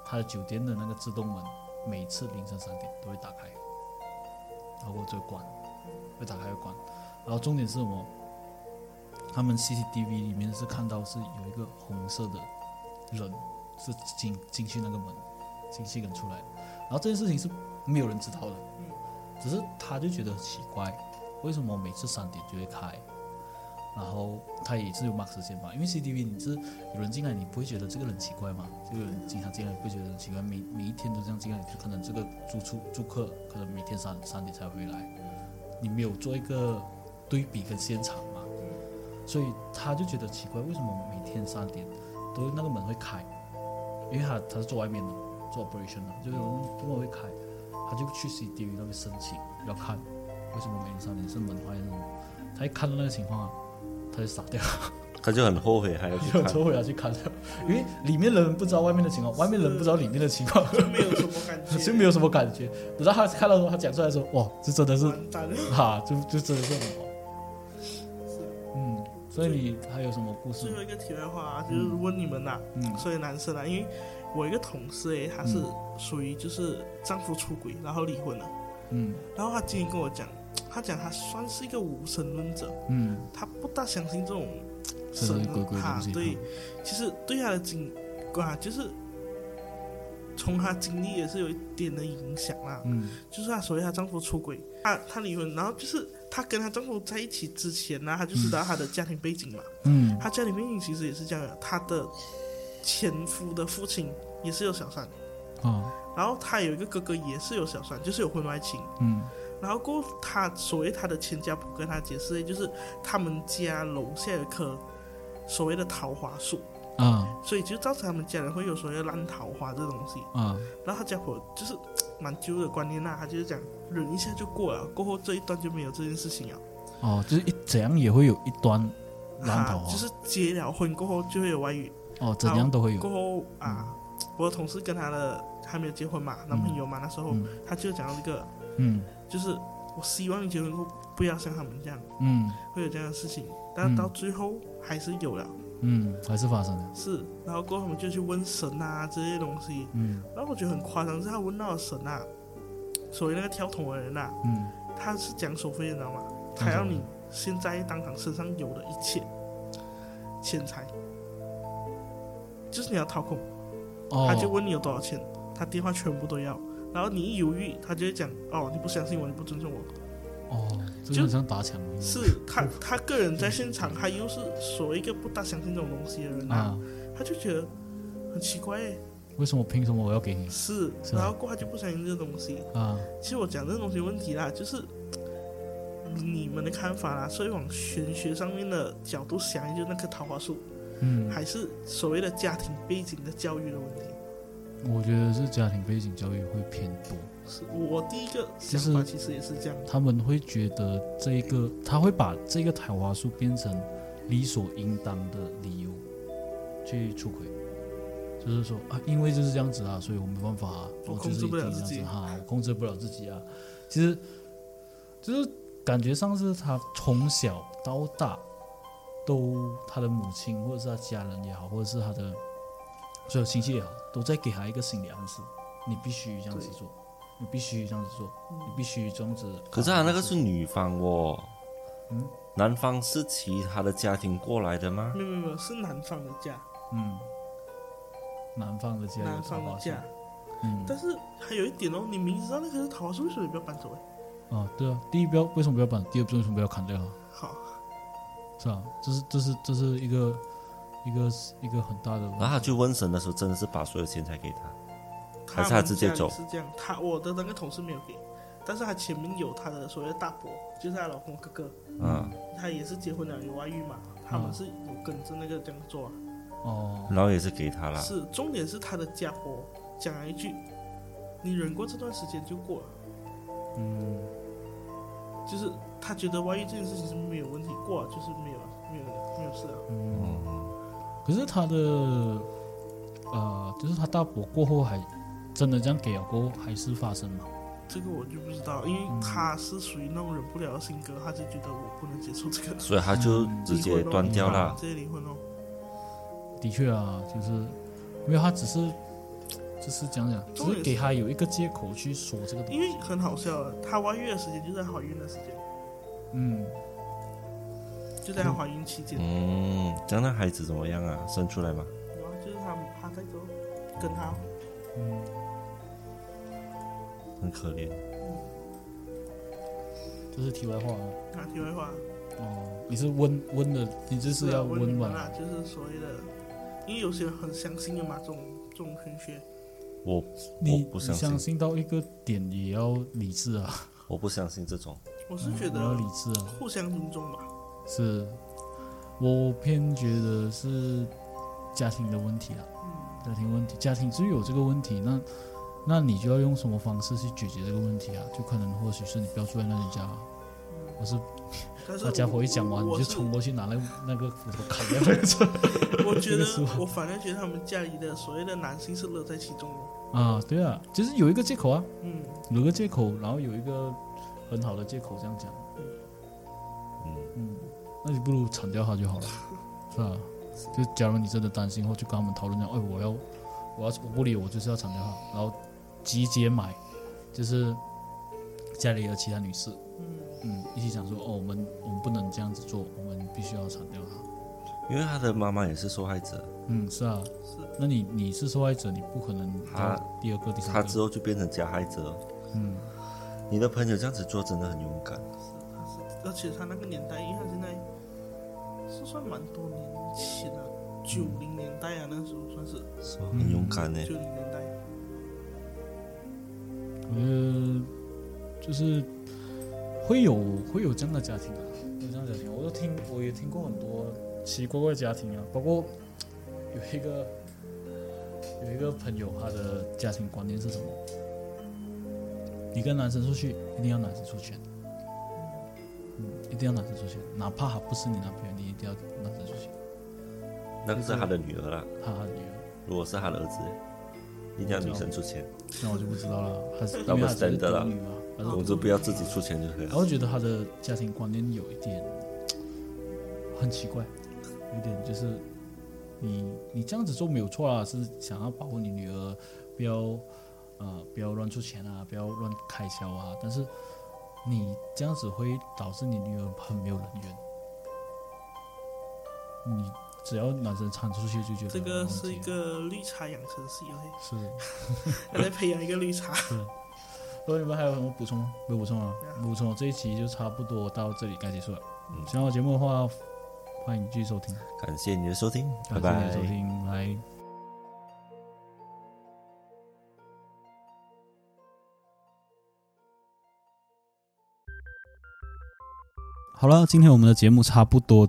[SPEAKER 2] 他的酒店的那个自动门每次凌晨三点都会打开，然后就会关，会打开会关。然后重点是什么？他们 CCTV 里面是看到是有一个红色的人是进进去那个门，进去跟出来。然后这件事情是没有人知道的，只是他就觉得很奇怪，为什么每次三点就会开？然后他也是有 mark 时间嘛，因为 CTV 你是有人进来，你不会觉得这个人奇怪嘛？就有人经常进来，不会觉得很奇怪。每每一天都这样进来，就可能这个住处住客可能每天三三点才回来，你没有做一个对比跟现场嘛，所以他就觉得奇怪，为什么每天三点都那个门会开？因为他他是做外面的，做 operation 的，就是门会开，他就去 CTV 那边申请要看。为什么每天三点是门坏还是什么？他一看到那个情况啊，他就傻掉 <laughs> 了，
[SPEAKER 3] 他就很后悔，还要去
[SPEAKER 2] 就
[SPEAKER 3] 看。
[SPEAKER 2] 抽回来去看了，因为里面的人不知道外面的情况，外面的人不知道里面的情况， <laughs>
[SPEAKER 1] 就没有什么感觉，
[SPEAKER 2] 就没有什么感觉。等到他看到的时候，他讲出来说：“哇，这真的是
[SPEAKER 1] 完蛋了。
[SPEAKER 2] 哈，就就真的是很好。
[SPEAKER 1] 是”
[SPEAKER 2] 嗯，所以你还有什么故事
[SPEAKER 1] 最
[SPEAKER 2] 吗
[SPEAKER 1] 后？一个题外话啊，就是问你们呐、
[SPEAKER 2] 嗯
[SPEAKER 1] 所以男生啊，因为我一个同事诶，她是属于就是丈夫出轨，然后离婚了。
[SPEAKER 2] 嗯
[SPEAKER 1] 然后她今天跟我讲，她讲她算是一个无神论者，
[SPEAKER 2] 嗯
[SPEAKER 1] 她不大相信这种
[SPEAKER 2] 神
[SPEAKER 1] 神
[SPEAKER 2] 鬼鬼的东
[SPEAKER 1] 啊
[SPEAKER 2] 西。嗯
[SPEAKER 1] 对，其实对她的经啊，就是从她经历也是有一点的影响啦。
[SPEAKER 2] 嗯
[SPEAKER 1] 就是她所谓她丈夫出轨，她她离婚，然后就是她跟她丈夫在一起之前呢、她就知道她的家庭背景嘛。
[SPEAKER 2] 嗯
[SPEAKER 1] 她家里面其实也是这样的，她的前夫的父亲也是有小三，
[SPEAKER 2] 啊
[SPEAKER 1] 然后她有一个哥哥也是有小三，就是有婚外情。
[SPEAKER 2] 嗯
[SPEAKER 1] 然后过后，她所谓她的前家婆跟她解释，就是他们家楼下有一棵所谓的桃花树，
[SPEAKER 2] 啊
[SPEAKER 1] 所以就造成他们家人会有所谓的烂桃花这东西。
[SPEAKER 2] 啊
[SPEAKER 1] 然后她家婆就是嗯蛮旧的观念啦、她就是讲忍一下就过了，过后这一段就没有这件事情啊了。
[SPEAKER 2] 哦，就是一怎样也会有一端烂桃
[SPEAKER 1] 啊，
[SPEAKER 2] 花
[SPEAKER 1] 就，是结了婚过后就会有外遇，
[SPEAKER 2] 哦，怎样都会有
[SPEAKER 1] 过。后啊，我的同事跟她的还没有结婚嘛，男朋友嘛，那时候
[SPEAKER 2] 嗯
[SPEAKER 1] 她就讲到这个，
[SPEAKER 2] 嗯
[SPEAKER 1] 就是我希望你结婚后不要像他们这样
[SPEAKER 2] 嗯
[SPEAKER 1] 会有这样的事情，但
[SPEAKER 2] 嗯
[SPEAKER 1] 到最后还是有了，
[SPEAKER 2] 嗯，还是发生了。
[SPEAKER 1] 是，然后过后他们就去问神啊这些东西，
[SPEAKER 2] 嗯
[SPEAKER 1] 然后我觉得很夸张，是他问到了神啊，所谓那个跳桶的人呐、
[SPEAKER 2] 嗯。
[SPEAKER 1] 他是讲收费的，你知道吗？
[SPEAKER 2] 讲
[SPEAKER 1] 他要
[SPEAKER 2] 什么
[SPEAKER 1] 你现在当场身上有的一切钱财，就是你要掏空。
[SPEAKER 2] 哦，
[SPEAKER 1] 他就问你有多少钱，他电话全部都要，然后你一犹豫，他就会讲哦，你不相信我，你不尊重我。
[SPEAKER 2] 哦，这
[SPEAKER 1] 就
[SPEAKER 2] 就很像打抢了
[SPEAKER 1] 是
[SPEAKER 2] <laughs>
[SPEAKER 1] 他他个人在现场，他又是所谓一个不大相信这种东西的人啊，
[SPEAKER 2] 啊？
[SPEAKER 1] 他就觉得很奇怪欸，
[SPEAKER 2] 为什么凭什么我要给你
[SPEAKER 1] 是，
[SPEAKER 2] 是啊
[SPEAKER 1] 然后过后他就不相信这个东西。
[SPEAKER 2] 啊？
[SPEAKER 1] 其实我讲这个东西问题啦，就是。你们的看法啦，所以往玄学上面的角度想，就是那棵桃花树，
[SPEAKER 2] 嗯，
[SPEAKER 1] 还是所谓的家庭背景的教育的问题。
[SPEAKER 2] 我觉得是家庭背景教育会偏多，
[SPEAKER 1] 是我第一个想法，其实也是这样。
[SPEAKER 2] 他们会觉得这一个，他会把这个台花树变成理所应当的理由去出轨，就是说啊，因为就是这样子啊，所以我没办法、啊，
[SPEAKER 1] 我
[SPEAKER 2] 我
[SPEAKER 1] 哦控
[SPEAKER 2] 就
[SPEAKER 1] 制
[SPEAKER 2] 是一
[SPEAKER 1] 不了
[SPEAKER 2] 定
[SPEAKER 1] 自
[SPEAKER 2] 这样
[SPEAKER 1] 己
[SPEAKER 2] 子哈、我控制不了自己啊。其实，就是感觉上是他从小到大都他的母亲或者是他家人也好，或者是他的所有亲戚也好，都在给他一个心理暗示，你必须这样子做，你必须这样子做，你必须这样子。
[SPEAKER 3] 可是他啊那个是女方哦，
[SPEAKER 2] 嗯，
[SPEAKER 3] 男方是其他的家庭过来的吗？
[SPEAKER 1] 没有没有没有，是男方的家，
[SPEAKER 2] 嗯，南方的家，
[SPEAKER 1] 男方的家。，
[SPEAKER 2] 嗯，
[SPEAKER 1] 但是还有一点哦，你明知道那个是桃花树，为什么你不要搬走？哎，
[SPEAKER 2] 啊，对啊，第一标为什么不要绑？第二标为什么不要砍掉啊？
[SPEAKER 1] 好，
[SPEAKER 2] 是啊，这是这是这是一个一个一个很大的问题，
[SPEAKER 3] 然后他去问神的时候，真的是把所有钱财给他，
[SPEAKER 1] 他
[SPEAKER 3] 还是他
[SPEAKER 1] 们
[SPEAKER 3] 直接
[SPEAKER 1] 家里
[SPEAKER 3] 走
[SPEAKER 1] 是这样，他我的那个同事没有给，但是他前面有他的所谓的大伯，就是她老公哥哥，
[SPEAKER 3] 嗯，
[SPEAKER 1] 他也是结婚了有外遇嘛，他们
[SPEAKER 2] 嗯
[SPEAKER 1] 是有跟着那个这样做啊。
[SPEAKER 2] 哦，
[SPEAKER 3] 然后也是给他嗯啦。
[SPEAKER 1] 是，重点是他的家婆讲了一句：“你忍过这段时间就过了。
[SPEAKER 2] 嗯，”
[SPEAKER 1] 就是他觉得外遇这件事情是没有问题，过了就是没有没有没有事啊。
[SPEAKER 3] 嗯
[SPEAKER 2] 可是他的呃，就是他大伯过后还真的这样给了过后还是发生嘛？
[SPEAKER 1] 这个我就不知道，因为他是属于那种忍不了的性格，他就觉得我不能接受这个，
[SPEAKER 3] 所以他就直接断掉
[SPEAKER 1] 了，
[SPEAKER 3] 了。
[SPEAKER 1] 直接离婚哦。
[SPEAKER 2] 的确啊，就是没有他只是就是讲讲，只
[SPEAKER 1] 重点是
[SPEAKER 2] 是给他有一个借口去说这个东
[SPEAKER 1] 因为
[SPEAKER 2] 西，
[SPEAKER 1] 很好笑啊，她怀孕的时间就在怀孕的时间，
[SPEAKER 2] 嗯，
[SPEAKER 1] 就在她怀孕期间，
[SPEAKER 3] 嗯，这样那孩子怎么样啊？生出来吗？
[SPEAKER 1] 然后就是他他在走，跟他
[SPEAKER 2] 嗯
[SPEAKER 3] 很可怜。
[SPEAKER 2] 这是题外话啊。
[SPEAKER 1] 他题外话，
[SPEAKER 2] 哦，你是温温的，你这是
[SPEAKER 1] 啊
[SPEAKER 2] 要
[SPEAKER 1] 问你
[SPEAKER 2] 温
[SPEAKER 1] 们
[SPEAKER 2] 吧？
[SPEAKER 1] 啦，就是所谓的，因为有些人很相信的嘛，这种这种玄学。
[SPEAKER 3] 我
[SPEAKER 2] 你
[SPEAKER 3] 我不
[SPEAKER 2] 你
[SPEAKER 3] 相信
[SPEAKER 2] 相信到一个点也要理智啊，
[SPEAKER 3] 我不相信这种，
[SPEAKER 1] 我是觉
[SPEAKER 2] 嗯我要
[SPEAKER 1] 得
[SPEAKER 2] 理智啊，
[SPEAKER 1] 互相尊重吧，
[SPEAKER 2] 是我偏觉得是家庭的问题啊，
[SPEAKER 1] 嗯，
[SPEAKER 2] 家庭问题，家庭只有这个问题，那那你就要用什么方式去解决这个问题啊？就可能或许是你不要住在那人家、啊，
[SPEAKER 1] 嗯
[SPEAKER 2] 我是
[SPEAKER 1] 但是
[SPEAKER 2] 那家伙一讲完你
[SPEAKER 1] 我
[SPEAKER 2] 就是冲过去拿那个那个斧头砍掉那个
[SPEAKER 1] 我觉
[SPEAKER 2] 那
[SPEAKER 1] 得
[SPEAKER 2] <laughs> 个时候
[SPEAKER 1] 我反而觉得他们家里的所谓的男性是乐在其中的， <laughs>
[SPEAKER 2] 啊，对啊，就是有一个借口啊，
[SPEAKER 1] 嗯，
[SPEAKER 2] 有个借口，然后有一个很好的借口这样讲，
[SPEAKER 3] 嗯，
[SPEAKER 2] 嗯，那你不如铲掉他就好了，是吧？就假如你真的担心后，就跟他们讨论讲，哎，我要，我要，我不理，我就是要铲掉他，然后集结买，就是家里的其他女士，嗯，一起讲说，哦，我们我们不能这样子做，我们必须要铲掉他。
[SPEAKER 3] 因为他的妈妈也是受害者，
[SPEAKER 2] 嗯，是啊，
[SPEAKER 1] 是
[SPEAKER 2] 那你你是受害者，你不可能
[SPEAKER 3] 他
[SPEAKER 2] 到第二个、第三
[SPEAKER 3] 他之
[SPEAKER 2] 个，
[SPEAKER 3] 后就变成加害者。
[SPEAKER 2] 嗯，
[SPEAKER 3] 你的朋友这样子做真的很勇敢，
[SPEAKER 1] 而且他那个年代，因为他现在是算蛮多年前了、九零年代啊，那时候算是嗯
[SPEAKER 3] 是吧？很勇敢呢。
[SPEAKER 1] 九零年代，
[SPEAKER 2] 我觉得就是会有会有这样的家庭啊，有这样的家庭，我都听我也听过很多奇奇怪怪的家庭啊，包括有一个有一个朋友，他的家庭观念是什么？你跟男生出去一定要男生出钱，嗯，一定要男生出钱，哪怕他不是你男朋友，你一定要给男生出钱，
[SPEAKER 3] 那个是他的女儿啦，
[SPEAKER 2] 他他的女儿，
[SPEAKER 3] 如果是他的儿子，一定要女生出钱，
[SPEAKER 2] 那我就不知道了，他是
[SPEAKER 3] 那
[SPEAKER 2] 因
[SPEAKER 3] 我
[SPEAKER 2] 为
[SPEAKER 3] 们
[SPEAKER 2] 他是
[SPEAKER 3] standard
[SPEAKER 2] 独
[SPEAKER 3] 了
[SPEAKER 2] 女嘛，还是
[SPEAKER 3] 总之不要自己出钱就可以
[SPEAKER 2] 然
[SPEAKER 3] 了。
[SPEAKER 2] 后觉得他的家庭观念有一点很奇怪，有点就是你你这样子做没有错啊，是想要保护你女儿，不要呃不要乱出钱啊，不要乱开销啊，但是你这样子会导致你女儿很没有人缘。你只要男生掺出去就觉得
[SPEAKER 1] 这个
[SPEAKER 2] 很
[SPEAKER 1] 是一
[SPEAKER 2] 奇怪
[SPEAKER 1] 个绿茶养成系，OK，
[SPEAKER 2] <laughs> 是的。
[SPEAKER 1] 他在培养一个绿茶。
[SPEAKER 2] 各位，你们还有什么补充吗？没有补充啊
[SPEAKER 1] 没有，
[SPEAKER 2] 没有补充。这一期就差不多到这里该结束了。
[SPEAKER 3] 嗯
[SPEAKER 2] 喜欢我节目的话，欢迎继续收听，
[SPEAKER 3] 感谢你的收听，拜
[SPEAKER 2] 感谢你的
[SPEAKER 3] 拜
[SPEAKER 2] 收。听，拜。
[SPEAKER 4] 好了，今天我们的节目差不多